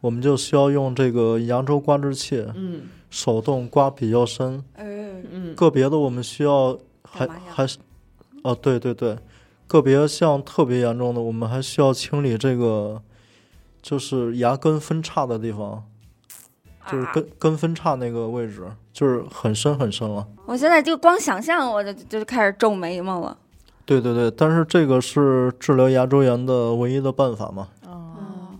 D: 我们就需要用这个牙周刮治器
B: 嗯
D: 手动刮比较深。
C: 嗯，
B: 嗯
D: 个别的我们需要还
C: 干嘛呀
D: 还是，啊，对对对，个别像特别严重的，我们还需要清理这个，就是牙根分叉的地方，就是
B: 啊
D: 根根分叉那个位置，就是很深很深了。
C: 我现在就光想象，我就就开始皱眉毛了。
D: 对对对，但是这个是治疗牙周炎的唯一的办法嘛？
B: 哦
A: 啊
C: 嗯哦，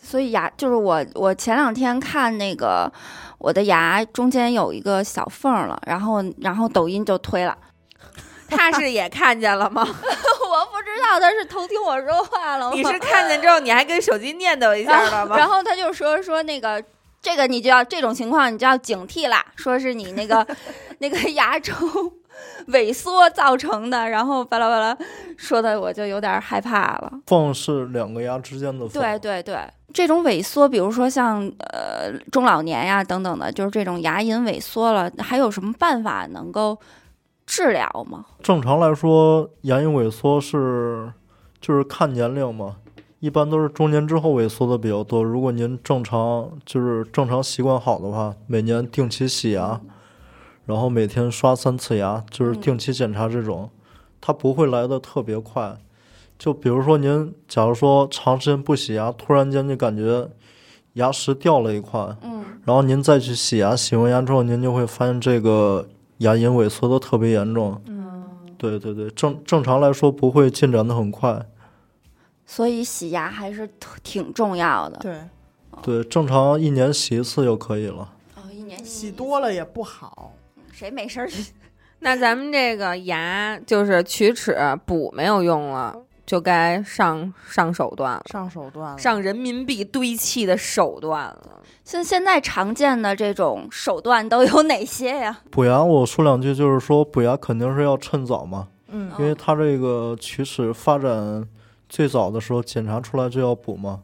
C: 所以牙就是我，我前两天看那个，我的牙中间有一个小缝儿了，然后然后抖音就推了，
B: 他是也看见了吗？
C: 我不知道他是偷听我说话了吗？
B: 你是看见之后你还跟手机念叨一下了吗？
C: 然后他就说说那个。这个你就要这种情况，你就要警惕啦。说是你 那个那个牙周萎缩造成的，然后巴拉巴拉说的，我就有点害怕了。
D: 缝是两个牙之间的缝，
C: 对对对，这种萎缩，比如说像呃中老年呀等等的，就是这种牙龈萎缩了，还有什么办法能够治疗吗？
D: 正常来说，牙龈萎缩是就是看年龄嘛，一般都是中年之后萎缩的比较多。如果您正常就是正常习惯好的话，每年定期洗牙，然后每天刷三次牙，就是
C: 嗯
D: 定期检查这种，它不会来的特别快。就比如说您假如说长时间不洗牙，突然间就感觉牙石掉了一块，
C: 嗯
D: 然后您再去洗牙，洗完牙之后，您就会发现这个牙龈萎缩的特别严重。
B: 嗯
D: 对对对，正正常来说不会进展的很快。
C: 所以洗牙还是特挺重要的。
A: 对，
D: 对，正常一年洗一次就可以了。
C: 哦，一年
A: 洗多了也不好。
C: 谁没事儿洗？
B: 那咱们这个牙就是龋齿补没有用了，就该上上手段了，
A: 上手段了，
B: 上人民币堆砌的手段了。
C: 现现在常见的这种手段都有哪些呀？
D: 补牙，我说两句，就是说补牙肯定是要趁早嘛，
A: 嗯
D: 因为它这个龋齿发展最早的时候检查出来就要补嘛。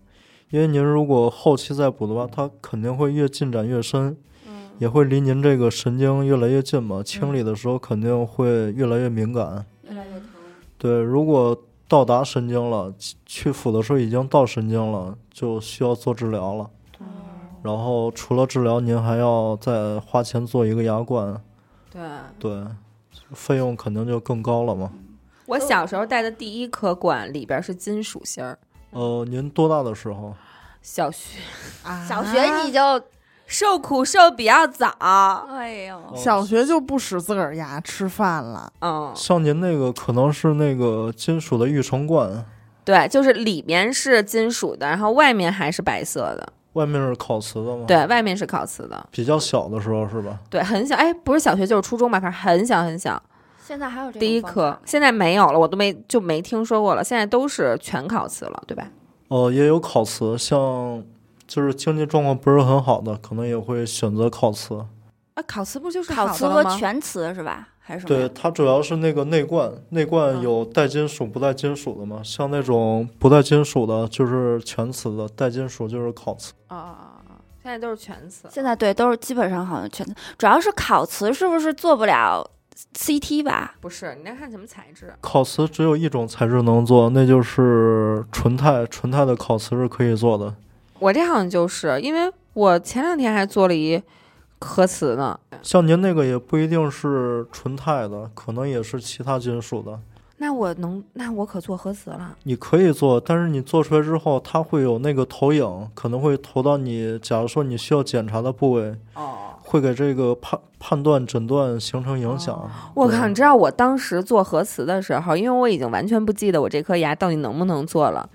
D: 因为您如果后期再补的话，它肯定会越进展越深，也会离您这个神经越来越近嘛，清理的时候肯定会越来越敏感。
C: 越来越疼。
D: 对，如果到达神经了，去去辅的时候已经到神经了，就需要做治疗了。
A: 嗯
D: 然后除了治疗，您还要再花钱做一个牙冠，
B: 对
D: 对，费用肯定就更高了嘛。
B: 我小时候戴的第一颗冠里边是金属芯儿，
D: 呃，您多大的时候？
B: 小学
A: 啊
C: 小哦学你就，
B: 受苦受比较早，
C: 哎呦，
A: 小学就不使自个儿牙吃饭了，
B: 嗯，
D: 像您那个可能是那个金属的玉成冠，
B: 对，就是里面是金属的，然后外面还是白色的，
D: 外面是烤瓷的吗？，
B: 对，外面是烤瓷的，
D: 比较小的时候是吧？
B: 对，很小，哎，不是小学就是初中吧，反正很小很小。
C: 现在还有这种
B: 第一
C: 方
B: 颗
C: 法，
B: 现在没有了，我都没就没听说过了。现在都是全烤瓷了，对吧？
D: 呃，也有烤瓷，像就是经济状况不是很好的，可能也会选择烤瓷。
B: 啊，烤瓷不就是
C: 烤
B: 好
C: 瓷
B: 的
C: 和
B: 了吗
C: 全瓷是吧？还是什么
D: 对，
C: 呀？
D: 它主要是那个内冠，内冠
B: 嗯
D: 有带金属、不带金属的嘛。像那种不带金属的，就是全瓷的；带金属就是烤瓷。
B: 啊啊啊！啊现在都是全瓷，
C: 现在对都是基本上好像全瓷，主要是烤瓷是不是做不了 CT 吧？
B: 不是你那看什么材质？
D: 烤瓷只有一种材质能做，那就是纯钛。纯钛的烤瓷是可以做的。
B: 我这好像就是因为我前两天还做了一核磁呢，
D: 像您那个也不一定是纯钛的，可能也是其他金属的。
B: 那我能，那我可做核磁了。
D: 你可以做，但是你做出来之后，它会有那个投影，可能会投到你，假如说你需要检查的部位，
B: 哦，
D: 会给这个判判断、诊断形成影响。
B: 我
D: 对
B: 靠！你知道我当时做核磁的时候，因为我已经完全不记得我这颗牙到底能不能做了。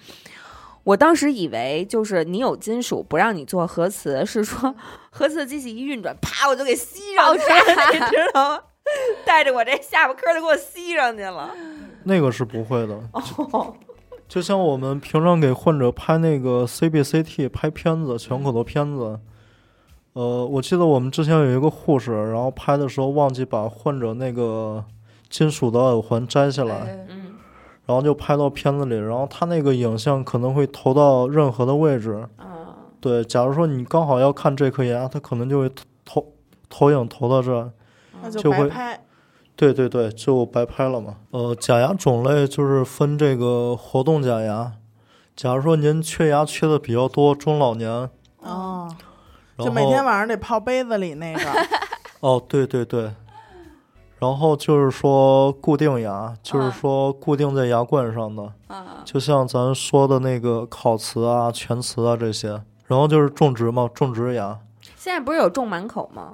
B: 我当时以为就是你有金属不让你做核磁，是 说核磁机器一运转，啪我就给吸上去 了，你知道吗？带着我这下巴颏儿就给我吸上去了。
D: 那个是不会的，
B: 哦，
D: 就像我们平常给患者拍那个 CBCT 拍片子，全口的片子。呃，我记得我们之前有一个护士，然后拍的时候忘记把患者那个金属的耳环摘下来，
B: 嗯，
D: 然后就拍到片子里，然后他那个影像可能会投到任何的位置。
B: 啊，
D: 对，假如说你刚好要看这颗牙，它可能就会投投影投到这儿，
A: 那就
D: 就
A: 白
D: 会
A: 拍。
D: 对对对，就白拍了嘛。呃，假牙种类就是分这个活动假牙。假如说您缺牙缺的比较多，中老年，然
A: 哦，
D: 后
A: 就每天晚上得泡杯子里那个，
D: 哦，对对对，然后就是说固定牙，就是
C: 嗯
D: 说固定在牙冠上的，
C: 啊，
D: 就像咱说的那个烤瓷啊、全瓷啊这些。然后就是种植嘛，种植牙。
B: 现在不是有种满口吗？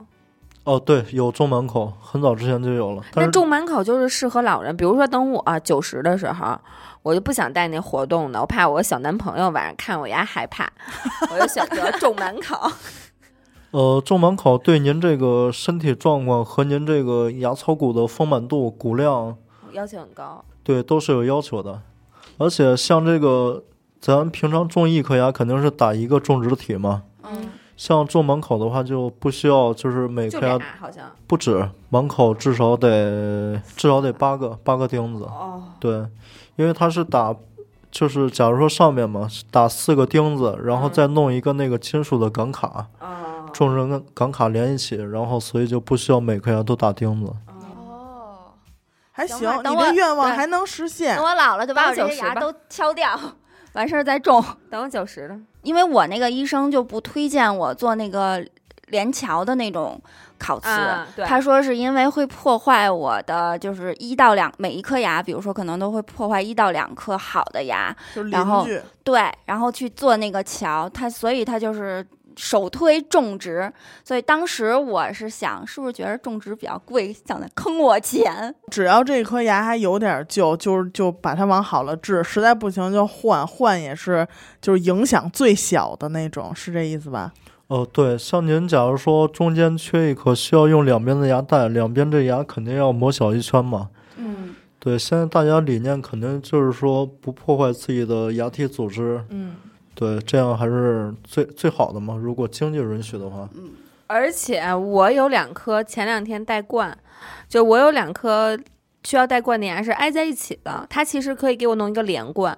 D: 哦，对，有种满口，很早之前就有了。但
B: 那
D: 是
B: 种满口就是适合老人，比如说等我啊九十、的时候，我就不想带那活动的，我怕我小男朋友晚上看我牙害怕，我就选择种满口。
D: 呃，重锰考对您这个身体状况和您这个牙槽骨的丰满度、骨量，
B: 要求很高。
D: 对，都是有要求的。而且像这个，咱平常种一颗牙肯定是打一个种植体嘛，
C: 嗯
D: 像种锰考的话就不需要，就是每
B: 就
D: 颗
B: 俩
D: 牙
B: 好像
D: 不止，锰考至少得至少得八个八个钉子。
B: 哦，
D: 对，因为它是打，就是假如说上面嘛，打四个钉子，然后
B: 嗯
D: 再弄一个那个金属的钢卡，
B: 哦
D: 重人跟钢卡连一起，然后所以就不需要每颗牙都打钉子。
B: 哦
C: 哦，
A: 还
C: 行
A: 行
C: 吧，
A: 你
C: 等我
A: 的愿望
C: 对
A: 还能实现
C: 等。我老了就把我这些
B: 八九十
C: 牙
B: 吧
C: 都敲掉，完事儿再种。
B: 等我九十了，
C: 因为我那个医生就不推荐我做那个连桥的那种烤瓷。
B: 啊，对，
C: 他说是因为会破坏我的，就是一到两每一颗牙，比如说可能都会破坏一到两颗好的牙，
A: 就是
C: 然
A: 邻
C: 后
A: 居，
C: 对，然后去做那个桥，他所以他就是首推种植，所以当时我是想，是不是觉得种植比较贵，想着坑我钱？
A: 只要这颗牙还有点旧，就是就把它往好了治，实在不行就换，换也是就是影响最小的那种，是这意思吧？
D: 哦，对，像您假如说中间缺一颗，需要用两边的牙带，两边这牙肯定要磨小一圈嘛。
C: 嗯，
D: 对，现在大家理念肯定就是说不破坏自己的牙体组织，
A: 嗯，
D: 对，这样还是最最好的嘛。如果经济允许的话，
B: 而且我有两颗前两天带冠，就我有两颗需要带冠的牙是挨在一起的，它其实可以给我弄一个连冠。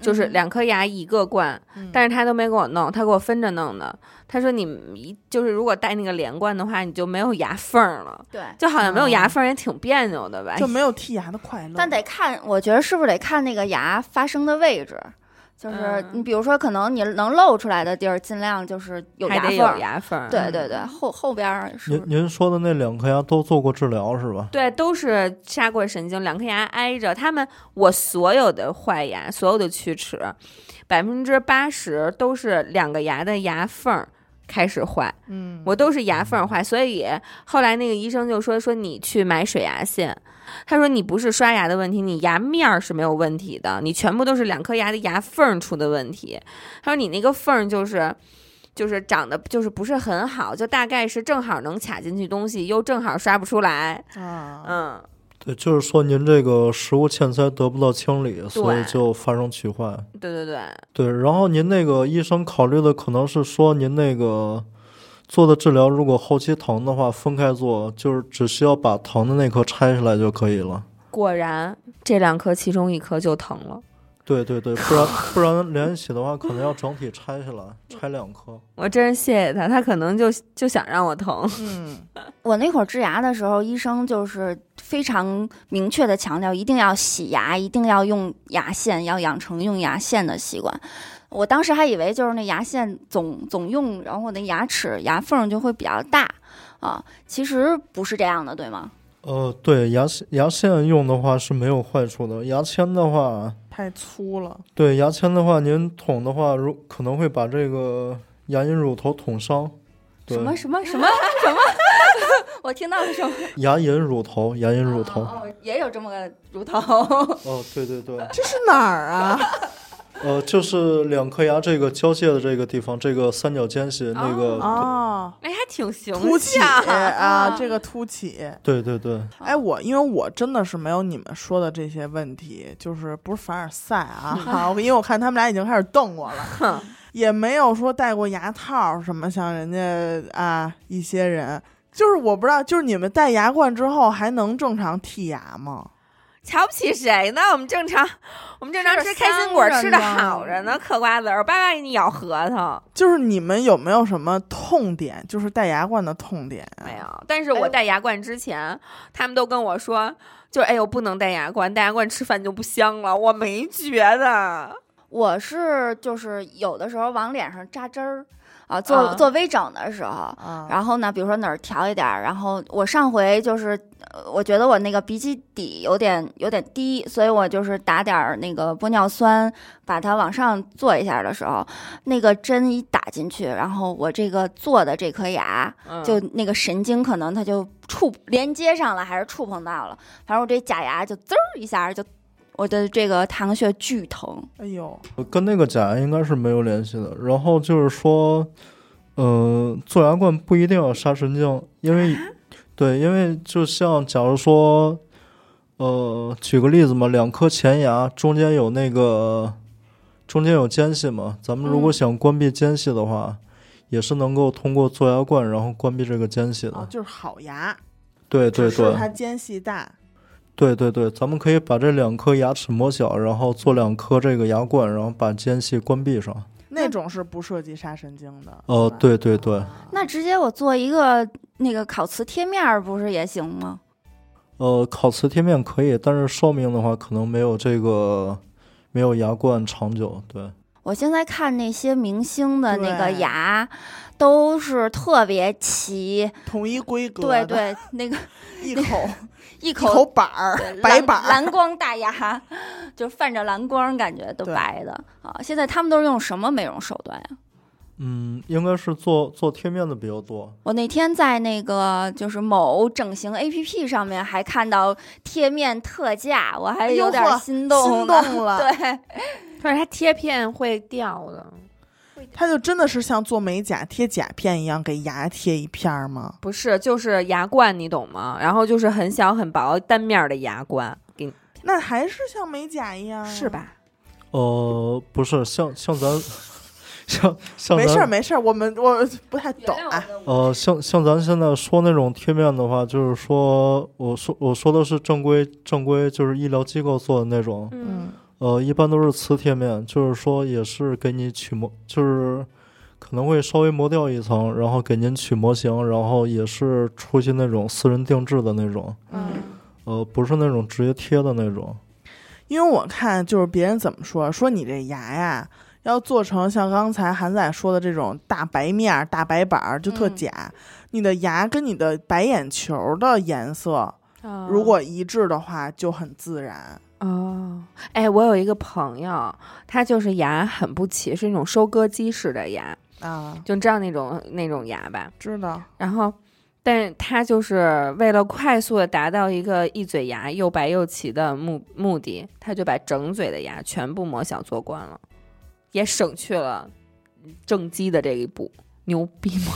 B: 就是
C: 嗯
B: 两颗牙一个冠，但是他都没给我弄，他给我分着弄的。他说你一就是如果戴那个连冠的话，你就没有牙缝了，
C: 对。
B: 就好像没有
A: 哦
B: 牙缝也挺别扭的吧？
A: 就没有剔牙的快乐。
C: 哎但得看，我觉得是不是得看那个牙发生的位置，就是
B: 嗯
C: 你比如说，可能你能露出来的地儿，尽量就是有嗯
B: 还
C: 牙
B: 得
C: 缝儿
B: 有。牙缝儿，
C: 对对对，后后边儿是
D: 您
C: 不是
D: 您说的那两颗牙都做过治疗是吧？
B: 对，都是下过神经，两颗牙挨着。他们我所有的坏牙，所有的龋齿，百分之八十都是两个牙的牙缝儿开始坏，
A: 嗯，
B: 我都是牙缝儿坏。所以后来那个医生就说说你去买水牙线，他说你不是刷牙的问题，你牙面儿是没有问题的，你全部都是两颗牙的牙缝儿出的问题。他说你那个缝儿就是。就是长得就是不是很好，就大概是正好能卡进去东西，又正好刷不出来，
A: 啊，
B: 嗯，
D: 对，就是说您这个食物嵌塞得不到清理，所以
B: 对
D: 就发生龋坏。
B: 对对对，
D: 对，然后您那个医生考虑的可能是说，您那个做的治疗如果后期疼的话，分开做，就是只需要把疼的那颗拆下来就可以了。
B: 果然这两颗其中一颗就疼了，
D: 对对对，不然不然连一起的话，可能要整体拆下来，拆两颗。
B: 我真是谢谢他，他可能就就想让我疼，
A: 嗯，
C: 我那会儿治牙的时候，医生就是非常明确的强调，一定要洗牙，一定要用牙线，要养成用牙线的习惯。我当时还以为就是那牙线总总用，然后我的牙齿牙缝就会比较大啊，其实不是这样的，对吗？
D: 呃，对，牙线牙线用的话是没有坏处的，牙签的话，
A: 太粗了，
D: 对牙签的话，您捅的话，如可能会把这个牙龈乳头捅伤。对
C: 什，么什么什 么什么？我听到了什么？
D: 牙龈乳头，牙龈乳头。
C: 哦，哦也有这么个乳头。
D: 哦，对对对。
A: 这是哪儿啊？
D: 呃，就是两颗牙这个交界的这个地方，这个三角间隙那个，
A: 哦，
B: 哎，还挺形
A: 凸起
B: 象，
A: 啊，这个凸起。
D: 对对对，
C: 啊
A: 哎，我因为我真的是没有你们说的这些问题，就是不是凡尔赛啊，
C: 嗯
A: 哈，因为我看他们俩已经开始瞪我了，也没有说戴过牙套什么，像人家啊一些人，就是我不知道，就是你们戴牙冠之后还能正常剔牙吗？
B: 瞧不起谁呢？我们正常，我们正常
C: 吃
B: 吃
C: 着
B: 开心果
C: 香着
B: 吃的
C: 呢
B: 好着呢，嗑瓜子儿，爸爸给你咬核桃，
A: 就是你们有没有什么痛点？就是戴牙冠的痛点、啊？
B: 没。有。但是
C: 哎
B: 我
C: 呦
B: 戴牙冠之前，他们都跟我说，就是哎呦不能戴牙冠，戴牙冠吃饭就不香了，我没觉得。
C: 我是就是有的时候往脸上扎针儿啊，做、
B: 啊
C: 做微整的时候，
A: 啊，
C: 然后呢，比如说哪儿调一点儿，然后我上回就是，呃我觉得我那个鼻基底有点有点低，所以我就是打点儿那个玻尿酸，把它往上做一下的时候，那个针一打进去，然后我这个做的这颗牙，
B: 嗯
C: 就那个神经可能它就触连接上了，还是触碰到了，反正我这假牙就滋儿一下就，我的这个太阳穴巨疼。
A: 哎呦，
D: 跟那个假牙应该是没有联系的。然后就是说，呃，做牙冠不一定要杀神经，因
A: 啊
D: 为对，因为就像假如说，呃，举个例子嘛，两颗前牙中间有那个中间有间隙嘛，咱们如果想关闭间隙的话，也是能够通过做牙冠然后关闭这个间隙的。
A: 哦，就是好牙，
D: 对对
A: 只是
D: 对
A: 它间隙大。
D: 对对对，咱们可以把这两颗牙齿磨小，然后做两颗这个牙冠，然后把间隙关闭上。
A: 那种是不涉及杀神经的。
D: 呃
A: 吧，
D: 对对对，
C: 那直接我做一个那个烤瓷贴面儿不是也行吗？
D: 呃，烤瓷贴面可以，但是寿命的话可能没有这个没有牙冠长久。对，
C: 我现在看那些明星的那个
A: 对
C: 牙，都是特别齐，
A: 统一规格，
C: 对，对，那个
A: 一口
C: 一
A: 一口板儿
C: 对，
A: 白
C: 蓝
A: 板儿，
C: 蓝光大牙，就泛着蓝光，感觉都
A: 对
C: 白的啊。现在他们都是用什么美容手段呀、
D: 嗯，应该是做做贴面的比较多。
C: 我那天在那个就是某整形 A P P 上面还看到贴面特价，我还
A: 哎呦
C: 有点
A: 呵
C: 心
A: 心
C: 动呢。
A: 动了。嗯
C: 对，
B: 可是它贴片会掉的，
A: 它就真的是像做美甲贴甲片一样，给牙贴一片儿吗？
B: 不是，就是牙冠，你懂吗？然后就是很小很薄单面儿的牙冠，给你
A: 那还是像美甲一样，啊
B: 是？吧？
D: 呃，不是，像像咱像像
A: 没事儿，
D: 咱
A: 没事儿，我们我不太懂啊。
D: 呃，像像咱现在说那种贴面的话，就是说我说我说的是正规正规，就是医疗机构做的那种。
B: 嗯
A: 嗯，
D: 呃，一般都是磁贴面，就是说也是给你取模，就是可能会稍微磨掉一层，然后给您取模型，然后也是出去那种私人定制的那种，
A: 嗯
D: 呃，不是那种直接贴的那种。
A: 因为我看就是别人怎么说，说你这牙呀。要做成像刚才韩仔说的这种大白面儿、大白板儿，就特
C: 嗯
A: 假。你的牙跟你的白眼球的颜色
B: 啊
A: 如果一致的话，就很自然。
B: 哦，哎，我有一个朋友，他就是牙很不齐，是那种收割机式的牙，
A: 啊，
B: 就你知道那种那种牙吧。
A: 知道，
B: 然后，但是他就是为了快速的达到一个一嘴牙又白又齐的目目的，他就把整嘴的牙全部磨小做冠了，也省去了嗯正畸的这一步，牛逼吗？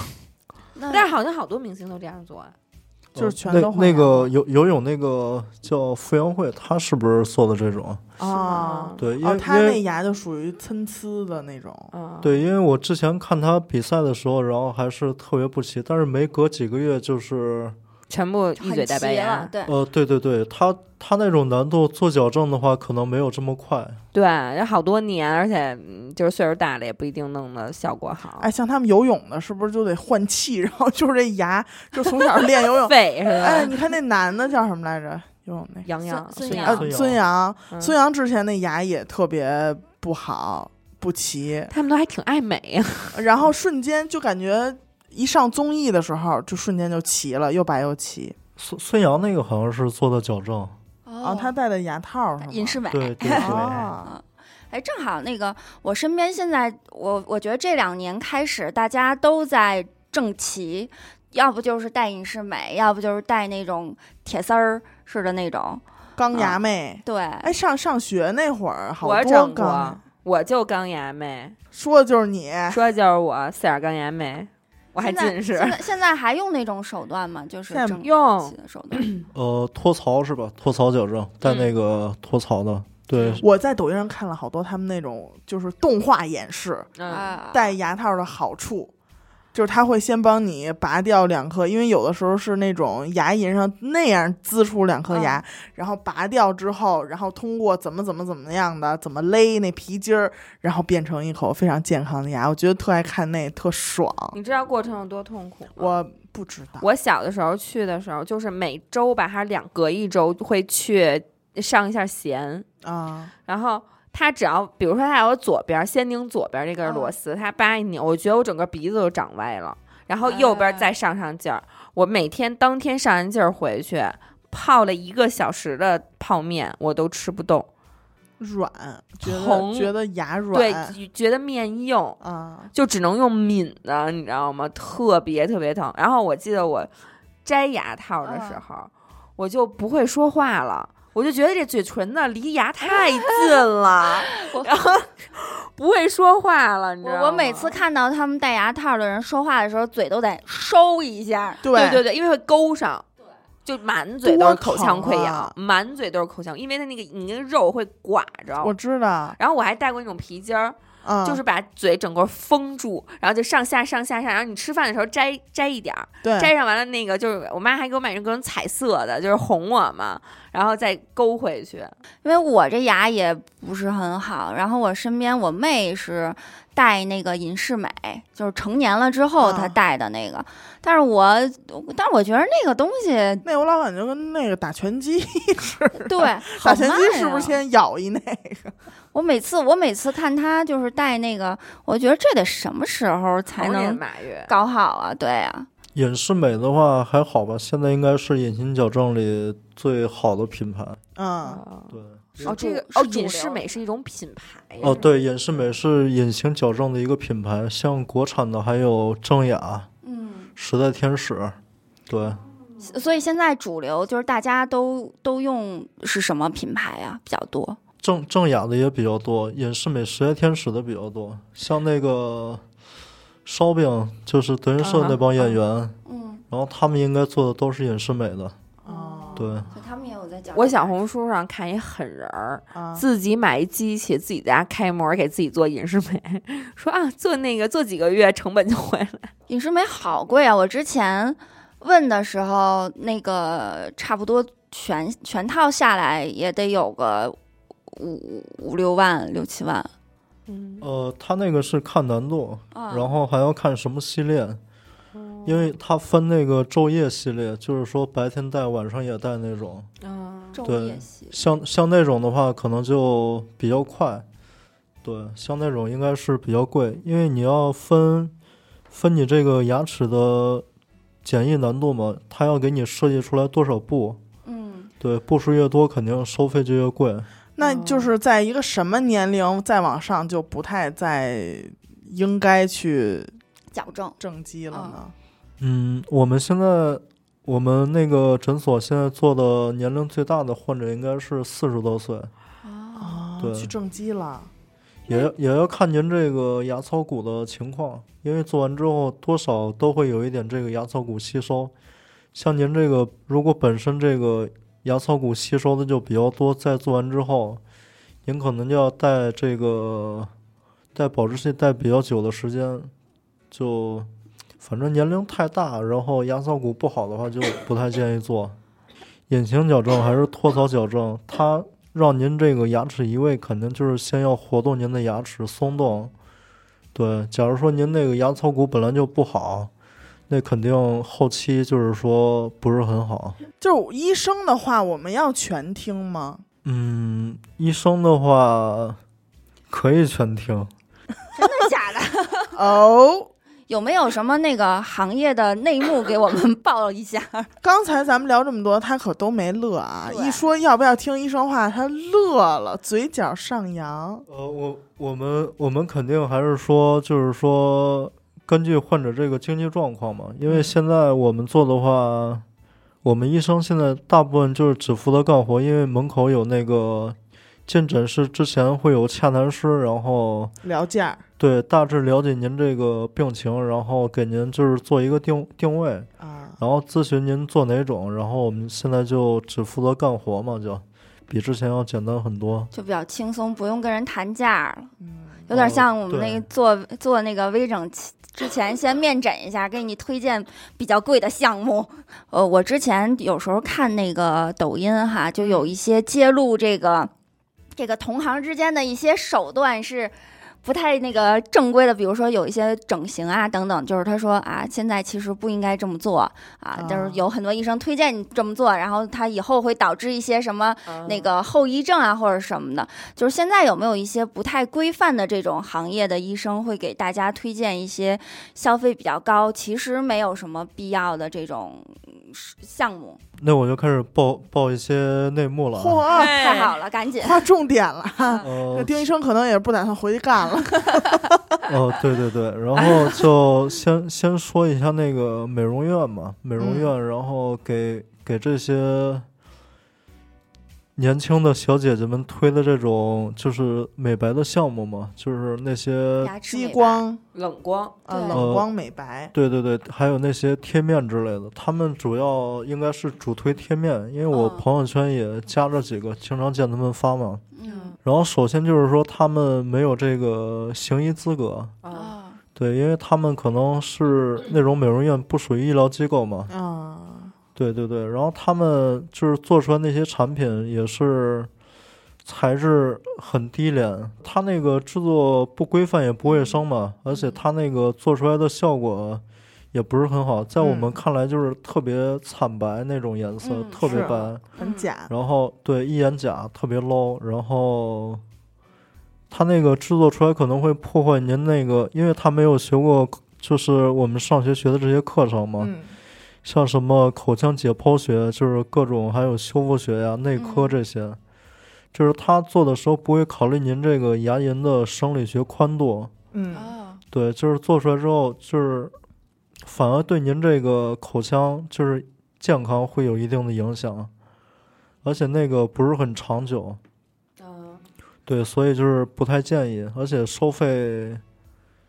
B: 但是
C: 那
B: 好像好多明星都这样做啊。
A: 就是
D: 呃
A: 全
D: 那
A: 都换
D: 那
A: 牙
D: 个
A: 了
D: 有有有那个叫傅园慧，她是不是做的这种？
A: 啊
B: 吗
D: 对，因为、
A: 哦，他
D: 因
A: 那
D: 为
A: 牙就属于参差的那种，
B: 嗯，
D: 对，因为我之前看她比赛的时候，然后还是特别不齐，但是没隔几个月就是
B: 全部一嘴
C: 很
B: 大白
C: 齐
B: 牙
C: 了，。对，
D: 呃，对对对，他他那种难度做矫正的话，可能没有这么快。
B: 对，有好多年，而且嗯就是岁数大了，也不一定弄的效果好。
A: 哎，像他们游泳的，是不是就得换气？ 然后就是这牙，就从小练游 泳。
B: 肺是吧？
A: 哎，你看那男的叫什么来着？游泳那
B: 杨洋、
C: 孙
A: 呃
D: 孙杨
A: 孙杨，
B: 嗯
A: 孙杨之前那牙也特别不好，不齐，
B: 他们都还挺爱美啊呀。
A: 然后瞬间就感觉一上综艺的时候，就瞬间就齐了，又白又齐。
D: 孙孙杨那个好像是做的矫正，
A: 啊，他戴的牙套是吗？
C: 哦
A: 哦
C: 隐适美。
D: 对对对，
A: 啊，
C: 哎，正好那个，我身边现在我我觉得这两年开始，大家都在正齐，要不就是戴隐适美，要不就是戴那种铁丝儿似的那种。
A: 钢牙妹。
C: 对，
A: 哎，上上学那会儿好
B: 我
A: 多
B: 整
A: 钢
B: 过
A: 牙，，
B: 我就钢牙妹，
A: 说的就是你。
B: 说就是我四眼钢牙妹，我还
C: 现在
B: 近视
C: 现在现在还用那种手段吗？就是
A: 现在
C: 正
B: 用
C: 齐的手 段。
D: 呃，托槽是吧？托槽矫正，带
C: 嗯
D: 那个托槽的，对，
A: 我在抖音上看了好多他们那种就是动画演示
B: 嗯，
C: 啊，
A: 戴牙套的好处，就是他会先帮你拔掉两颗，因为有的时候是那种牙龈上那样滋出两
B: 嗯
A: 颗牙，然后拔掉之后，然后通过怎么怎么怎么样的怎么勒那皮筋儿，然后变成一口非常健康的牙。我觉得特爱看那，特爽。
B: 你知道过程有多痛苦吗？
A: 我不知道，
B: 我小的时候去的时候，就是每周吧，还是两隔一周会去上一下弦，
A: 啊，
B: 然后他只要比如说他有左边先拧左边这根螺丝，他叭一拧，我觉得我整个鼻子都长歪了，然后右边再上上劲儿。我每天当天上完劲儿回去，泡了一个小时的泡面，我都吃不动，
A: 软，觉得
B: 疼
A: 觉得牙
B: 对
A: 软，，
B: 觉得面硬。
A: 啊，
B: 就只能用抿的，你知道吗？特别特别疼。然后我记得我摘牙套的
C: 嗯
B: 时候，我就不会说话 了，我就觉得这嘴唇呢离牙太近了
C: 我，
B: 然后不会说话了，你知道吗
C: 我我每次看到他们戴牙套的人说话的时候，嘴都得收一下。
B: 对
A: 对
B: 对对，因为会勾上。就满嘴都是口腔
A: 多
B: 溃
A: 疼
B: 疡，
A: 啊
B: 满嘴都是口腔，因为它那个你那个肉会刮
A: 我
B: 着。
A: 知道，
B: 然后我还戴过那种皮筋儿，
A: 嗯，
B: 就是把嘴整个封住，然后就上下上下上，然后你吃饭的时候摘摘一点儿，
A: 嗯
C: 嗯
A: 对，
B: 摘上完了那个就是我妈还给我买那种彩色的，就是哄我嘛，然后再勾回去。
C: 因为我这牙也不是很好，然后我身边我妹是戴那个隐适美，就是成年了之后
A: 啊
C: 她戴的那个，但是我，但是我觉得那个东 西
A: 那我老感觉跟那个打拳击似的，
C: 对
A: 打
C: 好
A: 拳
C: 慢
A: 击是不
C: 呀
A: 是先咬一 那个？
C: 我每次我每次看她就是戴那个，我觉得这得什么时候才
B: 猴年
C: 能
B: 马月，
C: 搞好啊？对啊，
D: 隐适美的话还好吧，现在应该是隐形矫正里最好的品牌。
A: 嗯，
B: 哦，
D: 对，
C: 是
B: 哦这
C: 主
B: 个
C: 是
B: 哦，
C: 主
B: 隐适
C: 流
B: 美是一种品牌呀
D: 哦，对，隐适美是隐形矫正的一个品牌，像国产的还有正雅、
C: 嗯，
D: 时代天使，对，
C: 所以现在主流就是大家都都用是什么品牌啊比较多？
D: 正正雅的也比较多，隐适美、时代天使的比较多，像那个烧饼就是德云社
B: 啊
D: 那帮演员，
C: 嗯，
D: 然后他们应该做的都是隐适美的，
A: 哦，
D: 对，
C: 他们也有在讲
B: 我小红书上看一狠人儿，
A: 啊，
B: 自己买一机器，自己在家开模，给自己做隐适美， 说啊，做那个做几个月成本就回来了。
C: 隐适美好贵啊！我之前问的时候，那个差不多全全套下来也得有个五五六万、六七万
B: 嗯，
D: 呃，他那个是看难度，
C: 啊
D: 然后还要看什么系列，因为它分那个昼夜系列，就是说白天戴，晚上也戴那种。
B: 嗯
C: 昼
D: 对
C: 夜系
D: 像像那种的话，可能就比较快。对，像那种应该是比较贵，因为你要分分你这个牙齿的检疫难度嘛，它要给你设计出来多少步。
C: 嗯，
D: 对，步数越多，肯定收费就越贵。
A: 那
C: 哦
A: 就是在一个什么年龄再往上就不太再应该去
C: 矫 正
A: 正畸了呢？
D: 嗯，我们现在我们那个诊所现在做的年龄最大的患者应该是四十多岁，
C: 啊，
A: 啊，
D: 对
A: 去正畸了，
D: 也要也要看您这个牙槽骨的情况，因为做完之后多少都会有一点这个牙槽骨吸收。像您这个，如果本身这个牙槽骨吸收的就比较多，在做完之后，您可能就要戴这个戴保质器戴比较久的时间，就反正年龄太大，然后牙槽骨不好的话，就不太建议做。 隐形矫正还是托槽矫正，它让您这个牙齿移位，肯定就是先要活动您的牙齿松动。对，假如说您那个牙槽骨本来就不好，那肯定后期就是说不是很好。
A: 就是医生的话，我们要全听吗？
D: 嗯，医生的话可以全听，
C: 真的假的？
A: 哦，
C: 有没有什么那个行业的内幕给我们报一下？
A: 刚才咱们聊这么多，他可都没乐啊！
C: 对
A: 一说要不要听医生话，他乐了，嘴角上扬。
D: 呃，我我们我们肯定还是说，就是说，根据患者这个经济状况嘛，因为现在我们做的话，我们医生现在大部分就是只负责干活，因为门口有那个进诊室之前会有洽谈师，然后
A: 聊价儿
D: 对大致了解您这个病情，然后给您就是做一个定定位，
A: 啊，
D: 然后咨询您做哪种，然后我们现在就只负责干活嘛，就比之前要简单很多。
C: 就比较轻松，不用跟人谈价了，
A: 嗯，
C: 有点
D: 哦
C: 像我们
D: 对
C: 那个做做那个微整期之前先面诊一下，给你推荐比较贵的项目。呃，我之前有时候看那个抖音哈，就有一些揭露这个这个同行之间的一些手段是。不太那个正规的，比如说有一些整形啊等等，就是他说啊，现在其实不应该这么做啊
A: 啊，
C: 就是有很多医生推荐你这么做，然后他以后会导致一些什么
B: 嗯
C: 那个后遗症啊或者什么的，就是现在有没有一些不太规范的这种行业的医生会给大家推荐一些消费比较高，其实没有什么必要的这种嗯是项目？
D: 那我就开始报报一些内幕了啊。
A: 嚯，
C: 太好了，赶紧
A: 划重点了。那
D: 呃
A: 丁医生可能也不打算回去干了。
D: 哦，对对对，然后就先 先说一下那个美容
C: 嗯
D: 院嘛，美容院，然后给给这些年轻的小姐姐们推的这种就是美白的项目嘛，就是那些
C: 牙齿
A: 激
C: 美白，
A: 光
B: 冷光，
A: 啊，
C: 对
A: 冷
D: 哦
A: 光美白，
D: 对对对，还有那些贴面之类的，他们主要应该是主推贴面，因为我
C: 嗯
D: 朋友圈也加着几个，经常见他们发嘛。
C: 嗯
D: 然后首先就是说他们没有这个行医资格，
B: 啊，
C: 啊，
D: 对，因为他们可能是那种美容院不属于医疗机构嘛。
A: 啊，
D: 对对对，然后他们就是做出来那些产品也是材质很低廉，它那个制作不规范也不卫生嘛，而且它那个做出来的效果也不是很好，在我们
A: 嗯
D: 看来就是特别惨白那种颜色，
C: 嗯
D: 特别
A: 是啊
D: 白，
A: 很假，
D: 然后对一眼假特别 low，然后它那个制作出来可能会破坏您那个，因为它没有学过。就是我们上学学的这些课程嘛，
A: 嗯，
D: 像什么口腔解剖学，就是各种还有修复学呀、内科
C: 嗯
D: 这些，就是他做的时候不会考虑您这个牙龈的生理学宽度，
A: 嗯
C: 哦，
D: 对，就是做出来之后，就是反而对您这个口腔就是健康会有一定的影响，而且那个不是很长久，
B: 嗯
D: 对，所以就是不太建议，而且收费，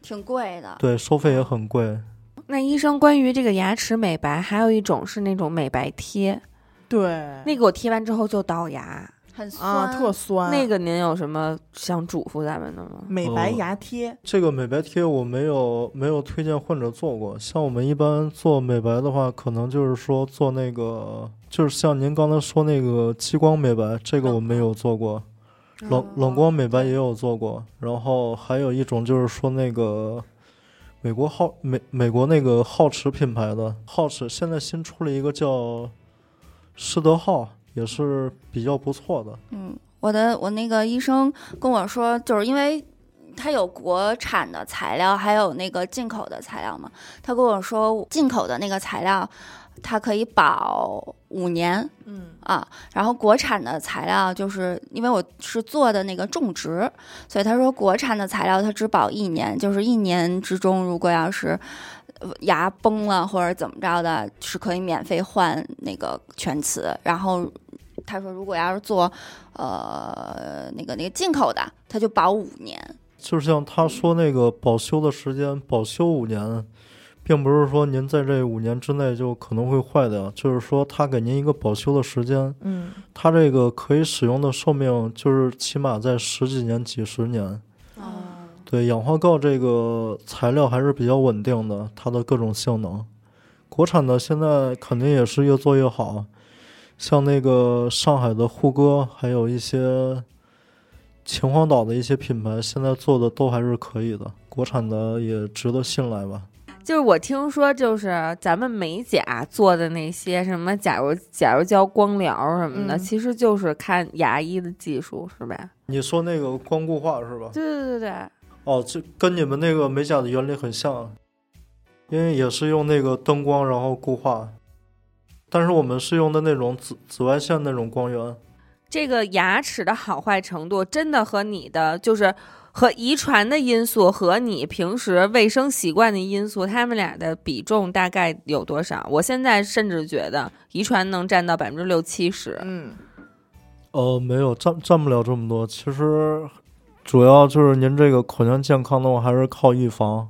C: 挺贵的，
D: 对，收费也很贵，
B: 那医生关于这个牙齿美白，还有一种是那种美白贴，
A: 对，
B: 那个我贴完之后就倒牙，
C: 很酸，
A: 啊特酸，
B: 那个您有什么想嘱咐咱们的吗？
A: 美白
D: 哦
A: 牙贴，
D: 这个美白贴我没有没有推荐患者做过，像我们一般做美白的话，可能就是说做那个，就是像您刚才说那个激光美白，这个我没有做过，
B: 嗯
D: 冷冷光美白也有做过，然后还有一种就是说那个美国皓美美国那个皓齿品牌的皓齿，现在新出了一个叫施德皓，也是比较不错的，
C: 嗯，我的我那个医生跟我说，就是因为他有国产的材料，还有那个进口的材料嘛。他跟我说，进口的那个材料，它可以保五年
A: 嗯
C: 啊。然后国产的材料，就是因为我是做的那个种植，所以他说国产的材料它只保一年，就是一年之中，如果要是呃牙崩了或者怎么着的，是可以免费换那个全瓷。然后他说，如果要是做呃那个那个进口的，他就保五年。
D: 就是像他说那个保修的时间，保修五年，并不是说您在这五年之内就可能会坏掉，就是说他给您一个保修的时间，
A: 嗯
D: 他这个可以使用的寿命就是起码在十几年、几十年。
B: 嗯
C: 哦
D: 对，氧化锆这个材料还是比较稳定的，它的各种性能，国产的现在肯定也是越做越好，像那个上海的沪歌，还有一些秦皇岛的一些品牌，现在做的都还是可以的，国产的也值得信赖吧。
B: 就是我听说，就是咱们美甲做的那些什么假如假如胶、光疗什么的，
A: 嗯
B: 其实就是看牙医的技术，是吧？
D: 你说那个光固化是吧？
B: 对对对对，
D: 哦，这跟你们那个美甲的原理很像，啊因为也是用那个灯光然后固化，但是我们是用的那种紫紫外线那种光源。
B: 这个牙齿的好坏程度，真的和你的就是和遗传的因素和你平时卫生习惯的因素，他们俩的比重大概有多少？我现在甚至觉得遗传能占到百分之六七十。
A: 嗯，
D: 呃，没有占占不了这么多。其实主要就是您这个口腔健康的话，还是靠预防。因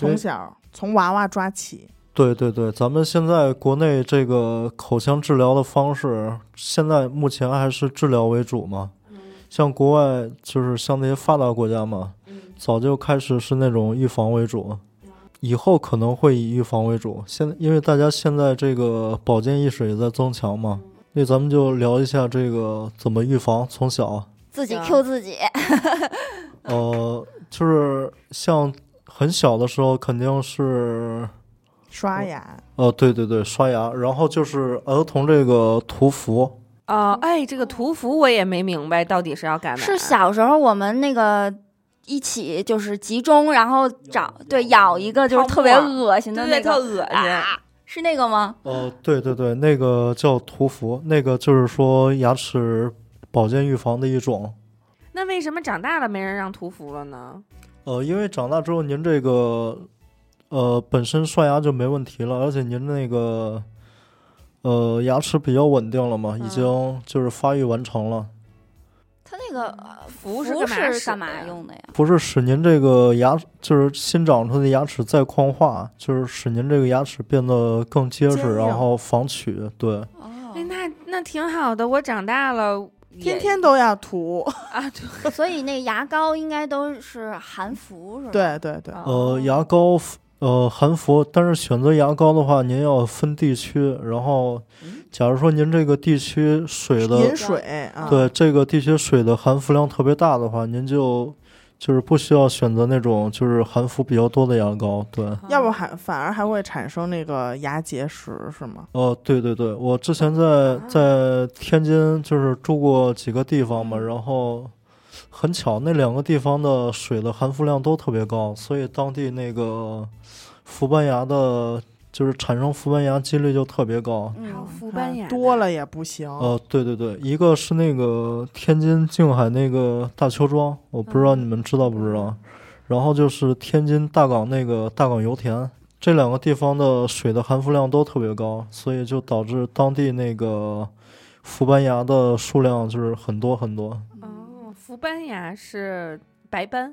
A: 从
D: 为
A: 小从娃娃抓起，
D: 对对对，咱们现在国内这个口腔治疗的方式，现在目前还是治疗为主嘛。像国外就是像那些发达国家嘛，早就开始是那种预防为主，以后可能会以预防为主。现在因为大家现在这个保健意识也在增强嘛，那咱们就聊一下这个怎么预防，从小。
C: 自己
B: 啊
C: Q 自己，
D: 呃，就是像很小的时候，肯定是
A: 刷牙，
D: 呃，对对对，刷牙，然后就是儿童这个涂氟，
B: 啊、哎，这个涂氟我也没明白到底是要干嘛。
C: 是小时候我们那个一起就是集中，然后找对咬一个就是特别
B: 泡沫
C: 恶心
B: 对
C: 的
B: 对
C: 那
B: 对，特
C: 个，
B: 恶心。
C: 啊是那个吗？
D: 呃，对对对，那个叫涂氟，那个就是说牙齿保健预防的一种。
B: 那为什么长大了没人让涂氟了呢？
D: 呃，因为长大之后您这个呃本身刷牙就没问题了，而且您那个呃，牙齿比较稳定了嘛，已经就是发育完成了。
C: 它那个呃
B: 服
C: 是
B: 是干嘛使
C: 干
B: 的
C: 嘛
B: 呀？
C: 用的呀？
D: 不是使您这个牙，就是新长出的牙齿再矿化，就是使您这个牙齿变得更结
A: 坚硬
D: 实，然后防龋。对，
C: 哦
B: 哎，那那挺好的，我长大了也。
A: 天天都要涂，
B: 啊，对
C: 所以那牙膏应该都是含氟是吧？，
A: 对对对，
B: 哦
D: 呃，牙膏呃含氟，但是选择牙膏的话，您要分地区，然后假如说您这个地区水的
A: 饮水啊，
D: 对这个地区水的含氟量特别大的话，您就就是不需要选择那种就是含氟比较多的牙膏。对，
A: 呃要不还反而还会产生那个牙结石，是吗？
D: 哦，对对对，我之前在在天津就是住过几个地方嘛，然后很巧那两个地方的水的含氟量都特别高，所以当地那个氟斑牙的，就是产生氟斑牙几率就特别高。
B: 还有
C: 嗯，
B: 氟斑
A: 啊
B: 牙
A: 多
B: 呢，
A: 了也不行。
D: 哦，对对对，一个是那个天津静海那个大邱庄，我不知
C: 嗯
D: 道你们知道不知道，然后就是天津大港那个大港油田，这两个地方的水的含氟量都特别高，所以就导致当地那个氟斑牙的数量就是很多很多。
B: 哦，氟斑牙是白斑，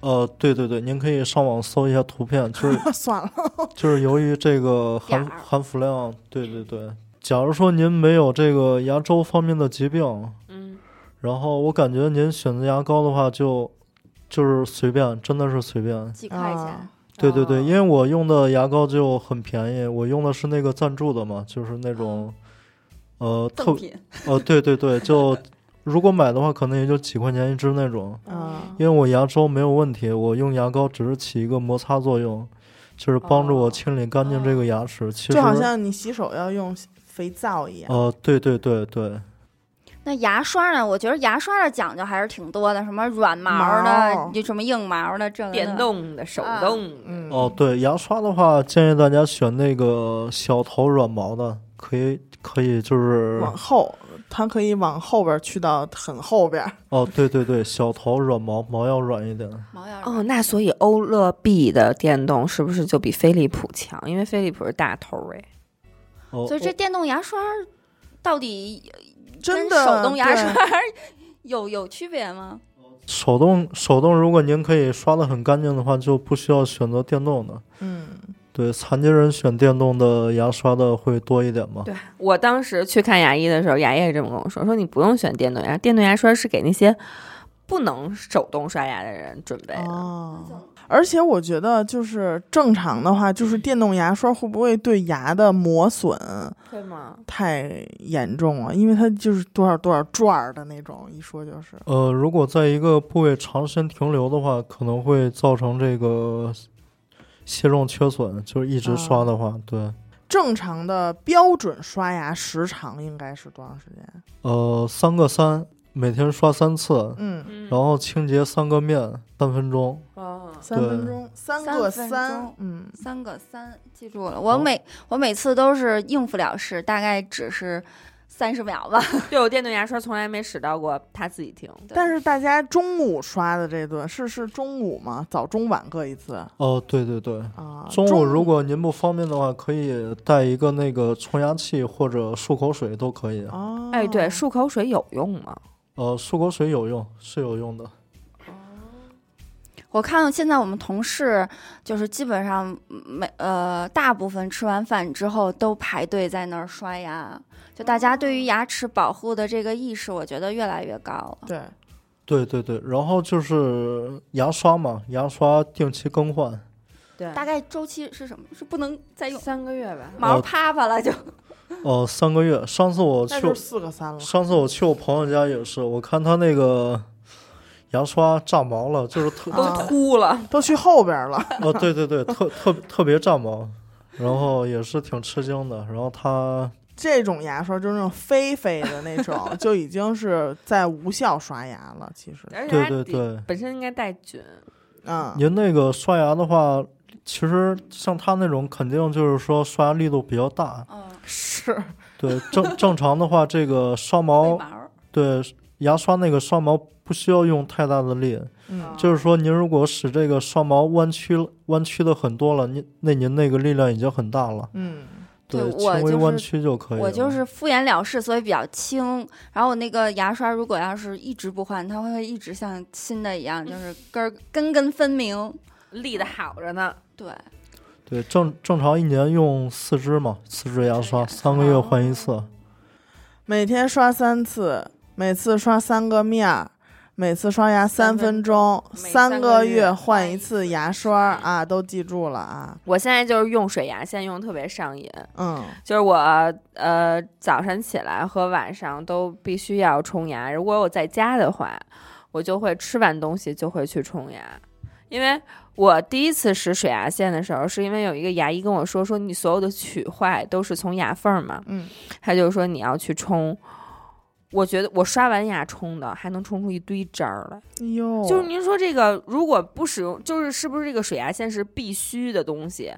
D: 呃，对对对，您可以上网搜一下图片，就是
A: 算了，
D: 就是由于这个含
C: 点儿
D: 含氟量，对对对。假如说您没有这个牙周方面的疾病，
B: 嗯，
D: 然后我感觉您选择牙膏的话就，就是随便，真的是随便。
C: 几块钱
A: 啊，，
D: 对对对，
B: 哦
D: 因为我用的牙膏就很便宜，我用的是那个赞助的嘛，就是那种，呃，特
C: 赠品
D: 呃，对对对，就如果买的话，可能也就几块钱一支那种。
A: 嗯，
D: 因为我牙周没有问题，我用牙膏只是起一个摩擦作用，就是帮助
B: 哦
D: 我清理干净这个牙齿。其实
A: 就，好像你洗手要用肥皂一样。
D: 呃，对对对对，
C: 那牙刷呢？我觉得牙刷的讲究还是挺多的，什么软毛
A: 毛
C: 的，就什么硬毛的，这个那
B: 电动的、手
C: 啊
B: 动的，
A: 嗯，
D: 哦，对，牙刷的话，建议大家选那个小头软毛的，可以可以就是
A: 往后，它可以往后边去到很后边。
D: 哦，对对对，小头软毛，毛要软一点。
C: 毛牙
B: 哦，那所以欧乐 B 的电动是不是就比飞利浦强？因为飞利浦是大头儿哎，
D: 哦，
C: 所以这电动牙刷到底
A: 真
C: 跟
A: 的，
C: 手动牙
A: 对
C: 刷 有有区别吗？
D: 手动手动，如果您可以刷的很干净的话，就不需要选择电动的。
A: 嗯，
D: 对，残疾人选电动的牙刷的会多一点嘛？
B: 对我当时去看牙医的时候，牙医也这么跟我说，说你不用选电动牙，电动牙刷是给那些不能手动刷牙的人准备的。
A: 哦，而且我觉得就是正常的话，就是电动牙刷会不会对牙的磨损
B: 会吗？
A: 太严重啊了？因为它就是多少多少转儿的那种，一说就是
D: 呃，如果在一个部位长时间停留的话，可能会造成这个卸重缺损，就是一直
C: 啊
D: 刷的话，对，
A: 正常的标准刷牙时长应该是多长时间？
D: 呃，三个三，每天刷三次，
A: 嗯，
B: 嗯
D: 然后清洁三个面，三分钟。
B: 哦，
A: 三
D: 对
A: 分钟，三
C: 三
A: 个
C: 分
A: 三
C: 钟，
A: 嗯，
C: 三个三，记住了。我每、我每次都是应付了事，大概只是三十秒吧。
B: 对我电动牙刷从来没使到过，他自己停。
A: 但是大家中午刷的这顿是是中午吗？早中晚各一次
D: 哦，对对对，
A: 啊？
D: 中午如果您不方便的话，可以带一个那个冲牙器或者漱口水都可以。
A: 哦，
B: 哎，对，漱口水有用吗？
D: 呃，漱口水有用，是有用的。
C: 我看现在我们同事就是基本上每呃大部分吃完饭之后都排队在那儿刷牙，就大家对于牙齿保护的这个意识，我觉得越来越高了。
A: 对，
D: 对对对，然后就是牙刷嘛，牙刷定期更换。
B: 对
C: 大概周期是什么？是不能再用
B: 三个月吧。
C: 毛啪啪了就。
D: 呃，三个月。上次我去
A: 那，就是四个三了。
D: 上次我去我朋友家也是，我看他那个牙刷炸毛了，就是特
A: 啊
B: 都秃了，
A: 都去后边了。
D: 哦，对对对，特特特别炸毛，然后也是挺吃惊的。然后他
A: 这种牙刷就是那种飞飞的那种，就已经是在无效刷牙了。其实，
B: 而且
D: 对
B: 它
D: 对
B: 底
D: 对
B: 本身应该带菌，
C: 啊
A: 嗯，
D: 您那个刷牙的话，其实像他那种肯定就是说刷牙力度比较大。
C: 嗯，
A: 是
D: 对， 正正常的话，这个刷
C: 没
D: 毛，
C: 毛。
D: 对牙刷那个刷毛不需要用太大的力，
C: 哦
A: 嗯
D: 就是说您如果使这个刷毛弯曲弯曲的很多了，您那您那个力量已经很大了。
A: 嗯，
C: 对我
D: 轻微
C: 就
D: 弯
C: 是
D: 曲就可以了。
C: 我就是敷衍了事，所以比较轻。然后我那个牙刷如果要是一直不换，它会一直像新的一样，就是根儿根根分明。
B: 立的好着呢。
C: 对，
D: 对正正常一年用四支嘛，四支牙刷，三个月换一
C: 哦
D: 次。
A: 每天刷三次，每次刷三个面儿，每次刷牙三分钟，
B: 分每
A: 三
B: 三
A: 个
B: 个月
A: 月换
C: 换
A: 一
C: 一
A: 次
C: 次
A: 牙刷儿啊，都记住了啊。
B: 我现在就是用水牙，现在用得特别上瘾，
A: 嗯，
B: 就是我呃早晨起来和晚上都必须要冲牙。如果我在家的话，我就会吃完东西就会去冲牙，因为我第一次使水牙线的时候，是因为有一个牙医跟我说，说你所有的龋坏都是从牙缝儿嘛，
A: 嗯，
B: 他就说你要去冲。我觉得我刷完牙冲的，还能冲出一堆渣儿来。
A: 哎呦，
B: 就是您说这个，如果不使用，就是是不是这个水牙线是必须的东西？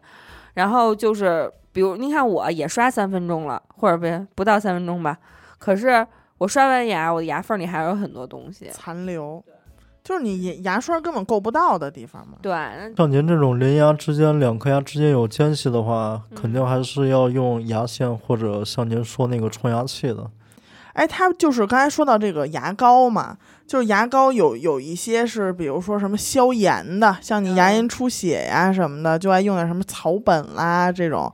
B: 然后就是，比如您看，我也刷三分钟了，或者不不到三分钟吧，可是我刷完牙，我的牙缝里还有很多东西。
A: 哎残留，就是你牙牙刷根本够不到的地方嘛。
B: 对，啊那
D: 像您这种邻牙之间、两颗牙之间有间隙的话，
B: 嗯
D: 肯定还是要用牙线或者像您说那个冲牙器的。
A: 哎，它就是刚才说到这个牙膏嘛，就是牙膏有有一些是，比如说什么消炎的，像你牙龈出血呀、什么的，就爱用点什么草本啦这种。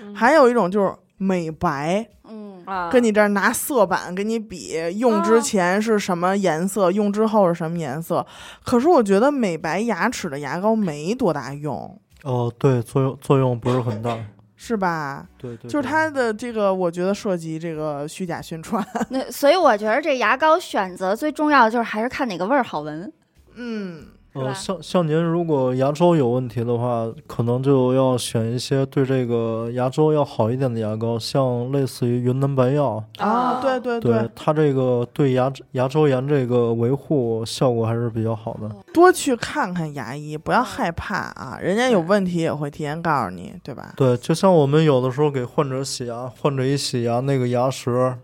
B: 嗯
A: 还有一种就是美白，
C: 嗯，
B: 啊，
A: 跟你这儿拿色板给你比，用之前是什么颜色，用之后是什么颜色。可是我觉得美白牙齿的牙膏没多大用，
D: 哦、对，作用作用不是很大。
A: 是吧？
D: 对对，
A: 就是
D: 对
A: 它的这个，我觉得涉及这个虚假宣传。
C: 那所以我觉得这牙膏选择最重要的就是还是看哪个味儿好闻。
A: 嗯，
C: 是
D: 呃，
C: 吧
D: 像像您如果牙周有问题的话，可能就要选一些对这个牙周要好一点的牙膏，像类似于云南白药，
A: 啊，
B: 啊
A: 对对
D: 对，它这个对牙牙周炎这个维护效果还是比较好的。
A: 多去看看牙医，不要害怕啊，人家有问题也会提前告诉你，对吧？
D: 对，就像我们有的时候给患者洗牙，患者一洗牙那个牙石，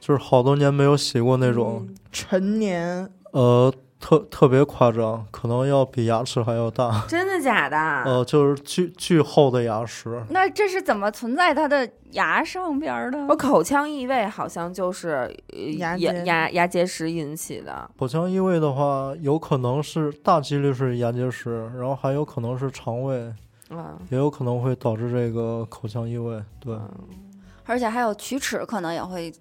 D: 就是好多年没有洗过那种，
A: 陈年
D: 呃，特特别夸张，可能要比牙齿还要大，
B: 真的假的？
A: 哦
D: 呃，就是巨巨厚的牙石。
C: 那这是怎么存在它的牙上边儿的？
B: 我口腔异味好像就是呃
A: 牙
B: 牙
A: 结
B: 牙牙结石引起的。
D: 口腔异味的话，有可能是大几率是牙结石，然后还有可能是肠胃，
A: 哦
B: 嗯，
D: 也有可能会导致这个口腔异味。对
C: 而且还有龋齿可能也会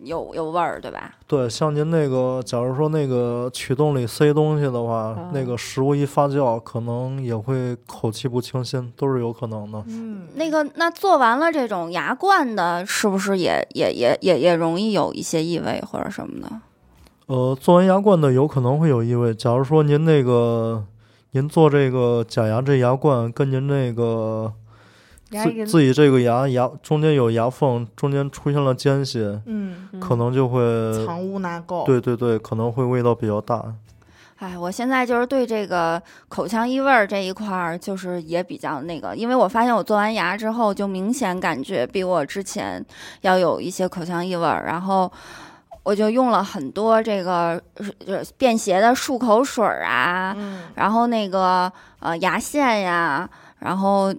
C: 有有味儿，对吧？
D: 对，像您那个，假如说那个曲洞里塞东西的话，
B: 啊
D: 那个食物一发酵，可能也会口气不清新，都是有可能的。
A: 嗯，
C: 那个，那做完了这种牙冠的，是不是也也也也也容易有一些异味或者什么的？
D: 呃，做完牙冠的有可能会有异味。假如说您那个，您做这个假牙这牙冠跟您那个
B: 牙
D: 自自己这个牙牙中间有牙缝，中间出现了间隙，
A: 嗯，
D: 可能就会，
A: 藏污纳垢，
D: 对对对，可能会味道比较大。
C: 哎，我现在就是对这个口腔异味儿这一块儿，就是也比较那个，因为我发现我做完牙之后，就明显感觉比我之前要有一些口腔异味儿，然后我就用了很多这个呃便携的漱口水儿啊，
A: 嗯，
C: 然后那个呃牙线呀，然后嗯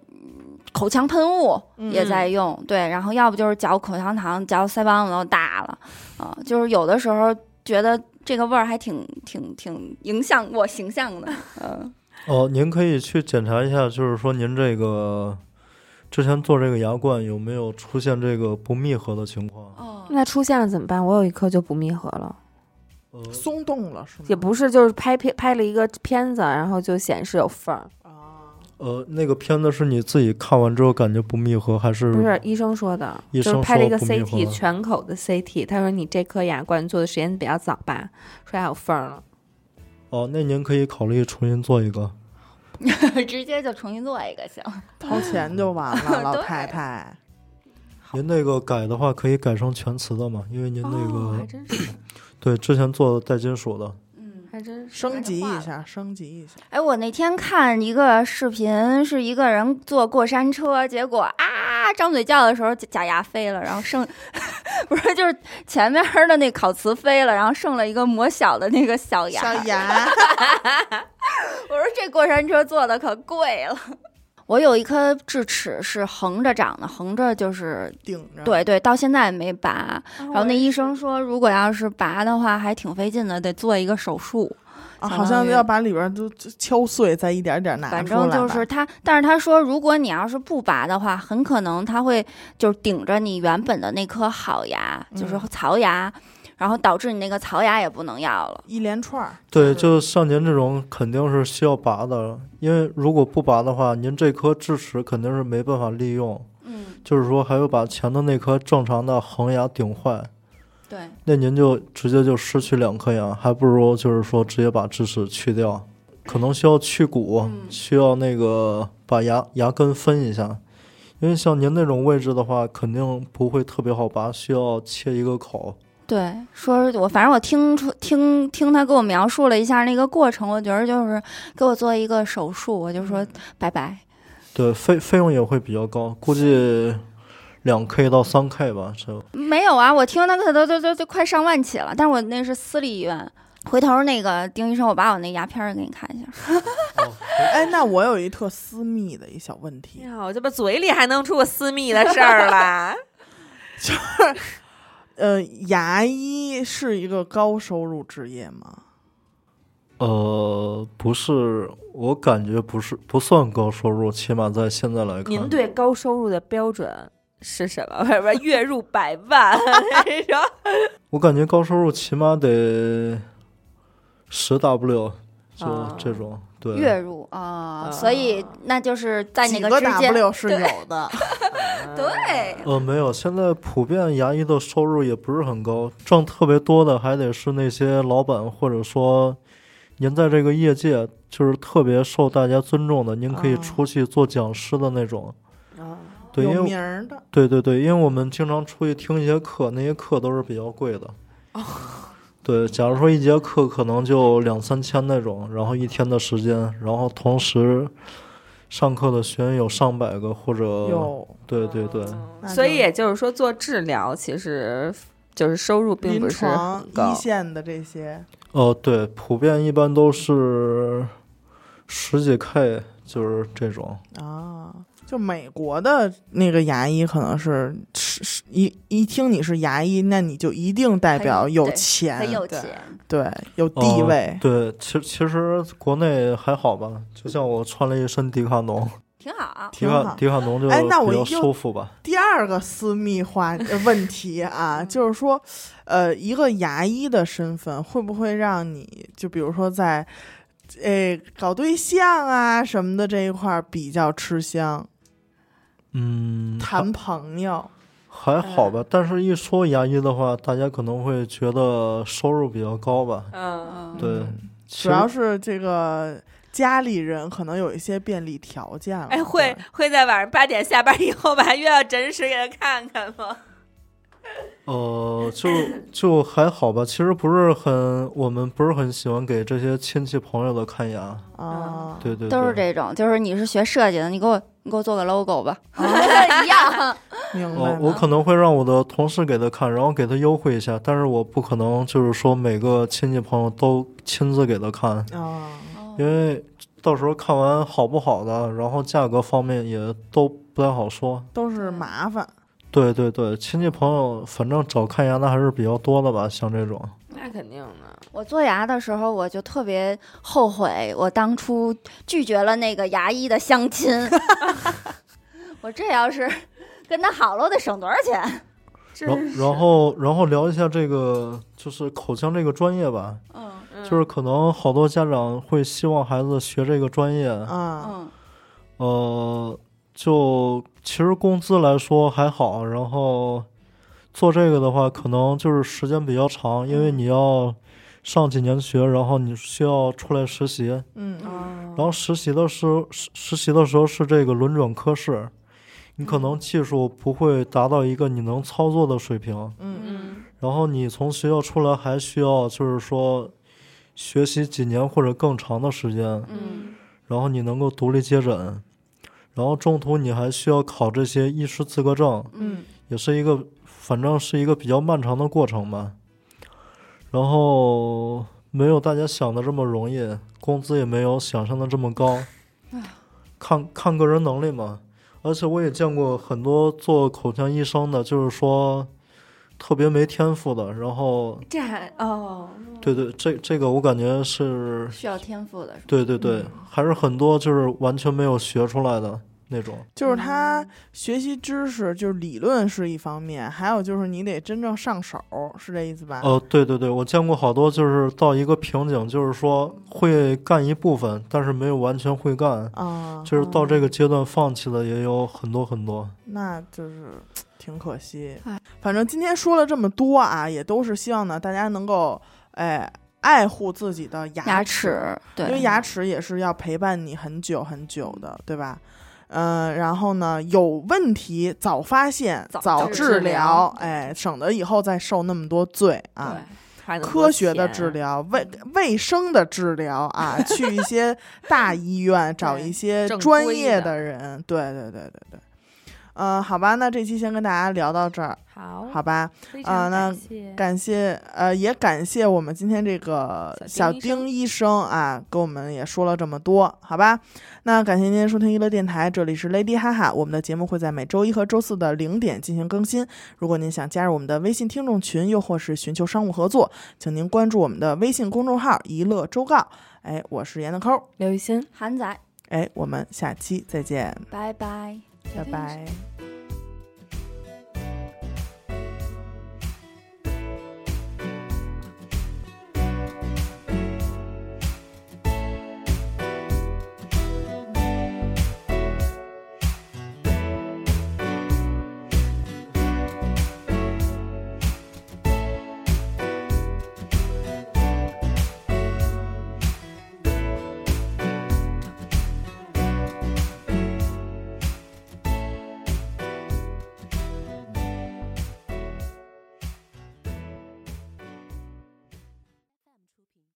C: 口腔喷雾
A: 嗯
C: 也在用，对，然后要不就是嚼口香糖，嚼腮帮子都大了，啊、就是有的时候觉得这个味儿还挺挺挺影响我形象的，嗯、
D: 哦、您可以去检查一下，就是说您这个之前做这个牙冠有没有出现这个不密合的情况？
C: 哦
B: 那出现了怎么办？我有一颗就不密合了。
D: 呃，
A: 嗯松动了是吗？
B: 也不是，就是拍片拍了一个片子，然后就显示有缝儿，
A: 啊，
D: 呃，那个片子是你自己看完之后感觉不密合，还是
B: 不是医生说的，
D: 嗯医
B: 就
D: 生
B: 是拍了一个
D: 说不密
B: CT
D: 合
B: 全口的 CT，他说你这颗牙冠做的时间比较早吧，说还有缝儿了。
D: 哦、那您可以考虑重新做一个。
C: 直接就重新做一个行。
A: 掏钱就完了，老
C: 对
A: 太太。
D: 您那个改的话，可以改成全瓷的嘛？因为您那个、
B: 哦，还真是，
D: 对之前做的带金属的，
C: 嗯，
B: 还真是。
A: 升级一 下，升级一下。
C: 哎，我那天看一个视频，是一个人坐过山车，结果啊张嘴叫的时候假假牙飞了，然后剩 不是就是前面的那烤瓷飞了，然后剩了一个磨小的那个小牙。
A: 小牙，
C: 我说这过山车坐的可贵了。 我有一颗智齿是横着长的，横着就是
A: 顶着。，
C: 对对，到现在也没拔。然
B: 然
C: 后那医生说，如果要是拔的话，还挺费劲的，得做一个手术。
A: 啊、
D: 嗯
C: 相当
A: 好像
C: 于
A: 要把里边都都敲碎，再一点点拿
C: 反
A: 出来吧。
C: 正就是他，但是他说，如果你要是不拔的话，很可能他会就是顶着你原本的那颗好牙，就是
A: 嗯
C: 槽牙，然后导致你那个槽牙也不能要了。
A: 一连串儿，
D: 对，就像您这种肯定是需要拔的，因为如果不拔的话，您这颗智齿肯定是没办法利用，
C: 嗯，
D: 就是说还要把前的那颗正常的恒牙顶坏，
C: 对，
D: 那您就直接就失去两颗牙，还不如就是说直接把智齿去掉，可能需要去骨，
C: 嗯
D: 需要那个把牙牙根分一下，因为像您那种位置的话，肯定不会特别好拔，需要切一个口。
C: 对，说我反正我听出听听他给我描述了一下那个过程，我觉得就是给我做一个手术，我就说拜拜。
D: 对，费费用也会比较高，估计两 K 到三 K 吧，这
C: 没有啊，我听那个都都都都快上万起了，但是我那是私立医院。回头那个丁医生，我把我那牙片儿给你看一下。
A: 哎，那我有一特私密的一小问题，啊
B: 哎呀，我这不嘴里还能出私密的事儿 了？
A: 呃，牙医是一个高收入职业吗？
D: 呃不是，我感觉不是不算高收入，起码在现在来看，
B: 您对高收入的标准是什么？ 不是月入百 万，然后
D: 我感觉高收入起码得十 W，就
B: 啊
D: 这种。对，
C: 月入啊，
B: 啊
C: 所以那就是在
A: 几
C: 那
A: 个
C: 之间，
A: W 是有的，
C: 对，
D: 呃，没有，现在普遍牙医的收入也不是很高，挣特别多的还得是那些老板，或者说您在这个业界就是特别受大家尊重的，您可以
A: 啊
D: 出去做讲师的那种。
B: 啊
D: 对，
A: 有
D: 因为
A: 名儿的。
D: 对对对，因为我们经常出去听一些课，那些课都是比较贵的。
A: 哦
D: 对，假如说一节课可能就两三千那种，然后一天的时间，然后同时上课的学员有上百个或者，
A: 有嗯
D: 对对对，
A: 那
B: 嗯所以
A: 就
B: 也就是说，做治疗其实就是收入并
A: 临
B: 不是
A: 床
B: 很
A: 一
B: 高。
A: 线的这些，
D: 呃，对，普遍一般都是十几 K，就是这种。
A: 啊，就美国的那个牙医可能是是是一一听你是牙医，那你就一定代表有
C: 对
A: 钱，
C: 很有
A: 对
C: 钱。
A: 对，有地
D: 呃
A: 位。
D: 对，其其实国内还好吧，就像我穿了一身迪卡侬，
C: 挺好。啊
D: 迪
A: 挺
D: 卡
A: 好
D: 迪卡侬就
A: 哎那我
D: 比较
A: 又
D: 舒服吧。
A: 第二个私密话呃问题
D: 嗯
A: 啊，就是说，呃，一个牙医的身份会不会让你就比如说在，诶、搞对象啊什么的这一块儿比较吃香，
D: 嗯，
A: 谈朋友
D: 还好吧，但是一说牙医的话，大家可能会觉得收入比较高吧。
B: 嗯，
C: 嗯，
D: 对
A: 嗯，
D: 其
A: 主要
D: 实
A: 是这个家里人可能有一些便利条件了。
B: 哎，会会在晚上八点下班以后把月亮诊室给他看看吗？
D: 呃，就就还好吧。其实不是很，我们不是很喜欢给这些亲戚朋友的看牙。
A: 啊，
D: 对对对，
C: 都是这种，就是你是学设计的，你给我你给我做个 logo 吧， 一样。
A: 明白
D: 哦，我
A: 了。
D: 可能会让我的同事给他看，然后给他优惠一下，但是我不可能就是说每个亲戚朋友都亲自给他看，
A: 啊，
D: 因为到时候看完好不好的，然后价格方面也都不太好说。
A: 都是麻烦。
D: 对对对，亲戚朋友反正找看牙的还是比较多的吧，像这种。
B: 那肯定的。
C: 我做牙的时候，我就特别后悔，我当初拒绝了那个牙医的相 亲。我这要是跟他好了，我得省多少钱？
B: 真
D: 然后
B: 是
D: 然后然后聊一下这个就是口腔这个专业吧，
C: 嗯
A: 啊
D: 就是可能好多家长会希望孩子学这个专业，
A: 啊，
C: 嗯
D: 呃，就其实工资来说还好，然后做这个的话，可能就是时间比较长，因为
C: 嗯
D: 你要上几年学，然后你需要出来实习，
A: 嗯
B: 哦
D: 然后实习的时候实实习的时候是这个轮转科室，你可能技术不会达到一个你能操作的水平，
A: 嗯
B: 嗯
D: 然后你从学校出来还需要就是说学习几年或者更长的时间，
C: 嗯
D: 然后你能够独立接诊，然后中途你还需要考这些医师资格证，
A: 嗯
C: 嗯，
D: 也是一个反正是一个比较漫长的过程吧。然后没有大家想的这么容易，工资也没有想象的这么高，看看个人能力嘛。而且我也见过很多做口腔医生的，就是说特别没天赋的，然后
B: 这还哦，
D: 对对，这这个我感觉是，
C: 需要天赋的。
D: 对对对，还是很多就是完全没有学出来的那种。
A: 就是
C: 嗯
A: 他学习知识，就是理论是一方面，还有就是你得真正上手，是这意思吧？
D: 哦，对对对，我见过好多，就是到一个瓶颈，就是说会干一部分，但是没有完全会干，
A: 啊，
D: 就是到这个阶段放弃的也有很多很多。
A: 那就是挺可惜
C: 哎。
A: 反正今天说了这么多啊，也都是希望呢大家能够哎爱护自己的牙
C: 牙齿，对，
A: 因为牙齿也是要陪伴你很久很久的，对吧？嗯、然后呢，有问题早发现、
C: 早
A: 早
C: 治
A: 治疗
C: 疗，
A: 哎，省得以后再受那么多罪啊。
C: 对，
B: 花那么多
A: 科学的
B: 钱嗯
A: 治疗、卫卫生的治疗啊，去一些大医院找一些
B: 正
A: 专
B: 规
A: 业
B: 的
A: 的人。对对对对对。嗯、好吧，那这期先跟大家聊到这儿，
B: 好，
A: 好吧？
B: 非
A: 啊
B: 常
A: 那
B: 感谢
A: 感谢呃，也感谢我们今天这个小
B: 小丁医生
A: 丁医生啊，跟我们也说了这么多，好吧？那感谢您收听娱乐电台，这里是 Lady 哈哈，我们的节目会在每周一和周四的零点进行更新。如果您想加入我们的微信听众群，又或是寻求商务合作，请您关注我们的微信公众号“娱乐周告”。哎，我是闫德抠，
B: 刘雨欣，
C: 韩仔，
A: 哎，我们下期再见，
C: 拜拜。
A: 拜拜。